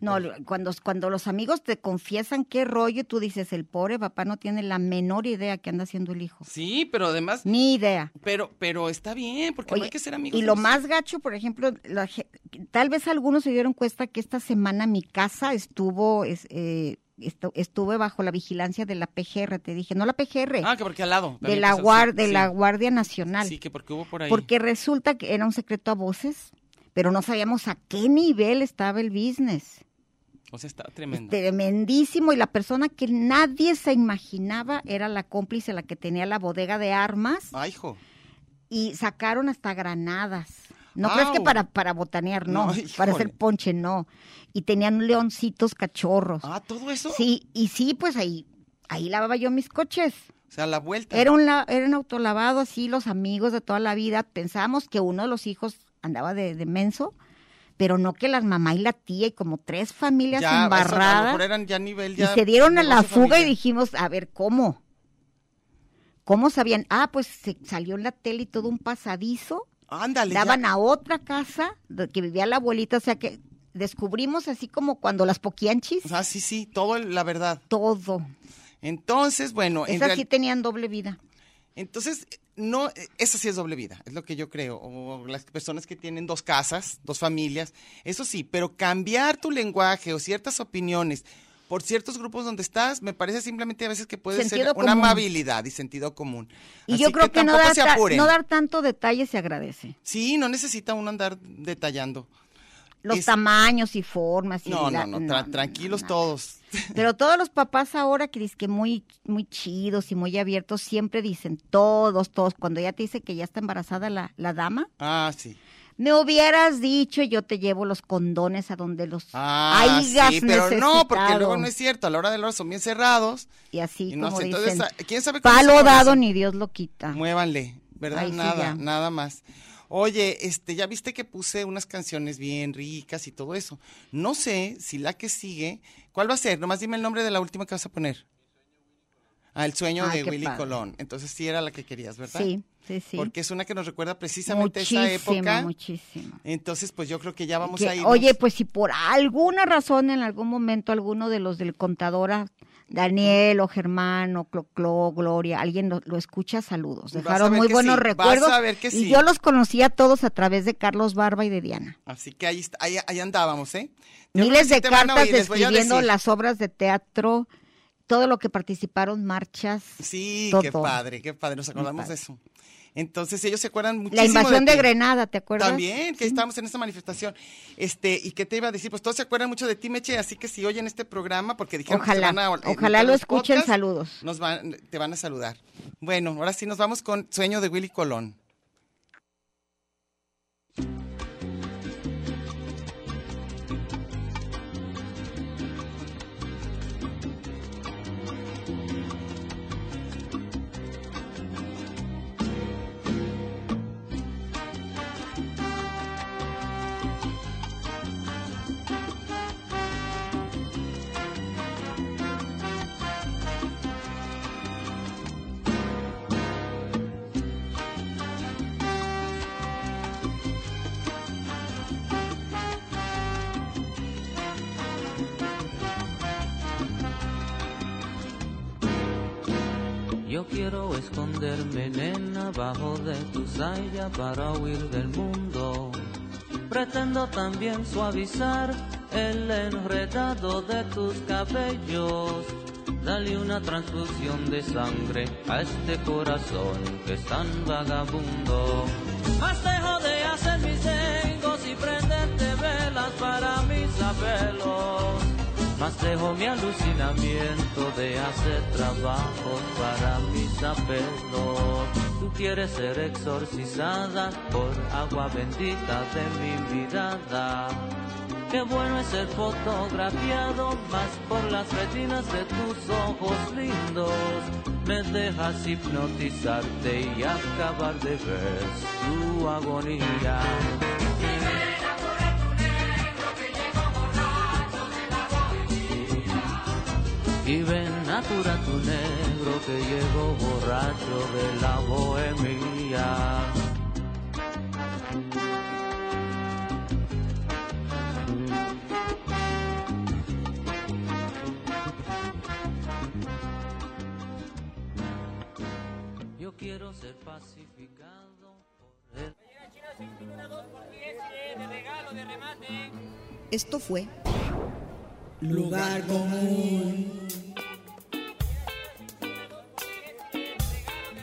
Speaker 4: No, lo- cuando, cuando los amigos te confiesan qué rollo, tú dices, el pobre papá no tiene la menor idea que anda haciendo el hijo.
Speaker 3: Sí, pero además
Speaker 4: Ni idea.
Speaker 3: Pero, pero está bien, porque no
Speaker 4: Oye,
Speaker 3: hay que ser amigos.
Speaker 4: y
Speaker 3: de
Speaker 4: lo
Speaker 3: los-
Speaker 4: más gacho, por ejemplo, la ge- tal vez algunos se dieron cuenta que esta semana mi casa estuvo, es- eh, estu- estuve bajo la vigilancia de la PGR, te dije, no la PGR,
Speaker 3: Ah, que porque al lado.
Speaker 4: de,
Speaker 3: también
Speaker 4: la,
Speaker 3: pasó,
Speaker 4: guar-
Speaker 3: sí,
Speaker 4: de
Speaker 3: sí.
Speaker 4: la Guardia Nacional.
Speaker 3: Sí, que porque hubo por ahí.
Speaker 4: Porque resulta que era un secreto a voces, pero no sabíamos a qué nivel estaba el business.
Speaker 3: O sea, está
Speaker 4: Es
Speaker 3: tremendo.
Speaker 4: tremendísimo y la persona que nadie se imaginaba era la cómplice, la que tenía la bodega de armas
Speaker 3: Ay, hijo.
Speaker 4: y sacaron hasta granadas. No
Speaker 3: ¡Au!
Speaker 4: crees que para, para botanear, no,
Speaker 3: No,
Speaker 4: para
Speaker 3: híjole.
Speaker 4: hacer ponche, no. Y tenían leoncitos cachorros.
Speaker 3: Ah, todo eso.
Speaker 4: Sí, y sí, pues ahí, ahí lavaba yo mis coches.
Speaker 3: O sea, la vuelta.
Speaker 4: Era un, la- era un autolavado así, los amigos de toda la vida. Pensábamos que uno de los hijos andaba de, de menso, pero no que las mamá y la tía y como tres
Speaker 3: ya,
Speaker 4: familias
Speaker 3: eso, a lo
Speaker 4: embarradas.
Speaker 3: mejor eran ya a nivel
Speaker 4: Y
Speaker 3: ya.
Speaker 4: se dieron a la
Speaker 3: negocio
Speaker 4: fuga y
Speaker 3: familiar.
Speaker 4: dijimos, a ver, ¿cómo? ¿Cómo sabían? Ah, pues se salió en la tele y todo un pasadizo.
Speaker 3: Ándale. ya.
Speaker 4: Daban a otra casa de- que vivía la abuelita. O sea que descubrimos así como cuando las poquianchis,
Speaker 3: O sea, sí, sí, todo el- la verdad.
Speaker 4: todo.
Speaker 3: Entonces, bueno, en
Speaker 4: Esas
Speaker 3: real-
Speaker 4: sí tenían doble vida.
Speaker 3: entonces no, eh, eso sí es doble vida, es lo que yo creo. O las personas que tienen dos casas, dos familias, eso sí, pero cambiar tu lenguaje o ciertas opiniones por ciertos grupos donde estás, me parece simplemente a veces que puede
Speaker 4: Sentido
Speaker 3: ser
Speaker 4: común.
Speaker 3: una amabilidad y sentido común.
Speaker 4: Y
Speaker 3: Así
Speaker 4: yo creo que, no,
Speaker 3: tampoco
Speaker 4: dar
Speaker 3: se
Speaker 4: ta-
Speaker 3: apuren.
Speaker 4: no dar tanto detalle se agradece.
Speaker 3: Sí, no necesita uno andar detallando.
Speaker 4: Los
Speaker 3: Es-
Speaker 4: tamaños y formas. Y
Speaker 3: No,
Speaker 4: la-
Speaker 3: no, no, tra-
Speaker 4: no,
Speaker 3: tranquilos
Speaker 4: no.
Speaker 3: todos.
Speaker 4: Pero todos los papás ahora que dicen que muy, muy chidos y muy abiertos, siempre dicen, todos, todos, cuando ya te dice que ya está embarazada la, la dama,
Speaker 3: Ah, sí.
Speaker 4: Me hubieras dicho, yo te llevo los condones a donde los
Speaker 3: Ah, sí, pero no, porque
Speaker 4: necesitado.
Speaker 3: luego no es cierto. A la hora de la hora son bien cerrados.
Speaker 4: Y así
Speaker 3: Y no
Speaker 4: como
Speaker 3: sé, entonces,
Speaker 4: dicen,
Speaker 3: ah, ¿quién sabe cómo se
Speaker 4: palo
Speaker 3: conoce?
Speaker 4: dado ni Dios lo quita.
Speaker 3: Muévanle, ¿verdad?
Speaker 4: Ahí sí
Speaker 3: nada,
Speaker 4: ya.
Speaker 3: nada más. Oye, este, ya viste que puse unas canciones bien ricas y todo eso. No sé si la que sigue, ¿cuál va a ser? Nomás dime el nombre de la última que vas a poner. Ah, el sueño
Speaker 4: Ah,
Speaker 3: de
Speaker 4: qué
Speaker 3: Willy
Speaker 4: padre.
Speaker 3: Colón. Entonces sí era la que querías, ¿verdad?
Speaker 4: Sí, sí, sí.
Speaker 3: Porque es una que nos recuerda precisamente a
Speaker 4: muchísimo,
Speaker 3: esa época.
Speaker 4: muchísimo.
Speaker 3: Entonces, pues yo creo que ya vamos
Speaker 4: Que,
Speaker 3: a ir.
Speaker 4: oye, pues si por alguna razón, en algún momento, alguno de los del contadora, Daniel o Germán o Clo Clo, Gloria, alguien lo, lo escucha, saludos.
Speaker 3: Vas a
Speaker 4: Dejaron
Speaker 3: ver
Speaker 4: muy
Speaker 3: que
Speaker 4: buenos
Speaker 3: sí, vas
Speaker 4: recuerdos.
Speaker 3: a ver que sí.
Speaker 4: Y yo los conocí a todos a través de Carlos Barba y de Diana.
Speaker 3: Así que ahí, está- ahí, ahí andábamos, ¿eh? Yo creo
Speaker 4: Miles
Speaker 3: que sí
Speaker 4: de
Speaker 3: te van a
Speaker 4: cartas
Speaker 3: oír, les voy a
Speaker 4: describiendo
Speaker 3: decir.
Speaker 4: las obras de teatro, todo lo que participaron, marchas.
Speaker 3: Sí,
Speaker 4: todo.
Speaker 3: qué padre, qué padre, nos acordamos
Speaker 4: padre.
Speaker 3: de eso. Entonces, ellos se acuerdan muchísimo
Speaker 4: La invasión de,
Speaker 3: ti.
Speaker 4: Grenada, ¿te acuerdas?
Speaker 3: También, que estábamos en esta manifestación. Este, ¿y qué te iba a decir? Pues todos se acuerdan mucho de ti, Meche, así que si oyen este programa, porque dijeron
Speaker 4: Ojalá,
Speaker 3: que se van a, eh,
Speaker 4: ojalá
Speaker 3: meter
Speaker 4: lo
Speaker 3: los
Speaker 4: escuchen,
Speaker 3: podcasts,
Speaker 4: saludos.
Speaker 3: Nos van, te van a saludar. Bueno, ahora sí nos vamos con Sueño de Willy Colón.
Speaker 7: Yo quiero esconderme, nena, bajo de tu saya para huir del mundo. Pretendo también suavizar el enredado de tus cabellos. Dale una transfusión de sangre a este corazón que es tan vagabundo. Más dejo de hacer mis engos y prenderte velas para mis apelos. Más dejo mi alucinamiento de hacer trabajos para mis apelos. Tú quieres ser exorcizada por agua bendita de mi mirada. Qué bueno es ser fotografiado más por las retinas de tus ojos lindos. Me dejas hipnotizarte y acabar de ver tu agonía. Y ven natura tu negro que llegó borracho de la bohemia. Yo quiero ser pacificado por el...
Speaker 1: Esto fue
Speaker 5: Lugar común.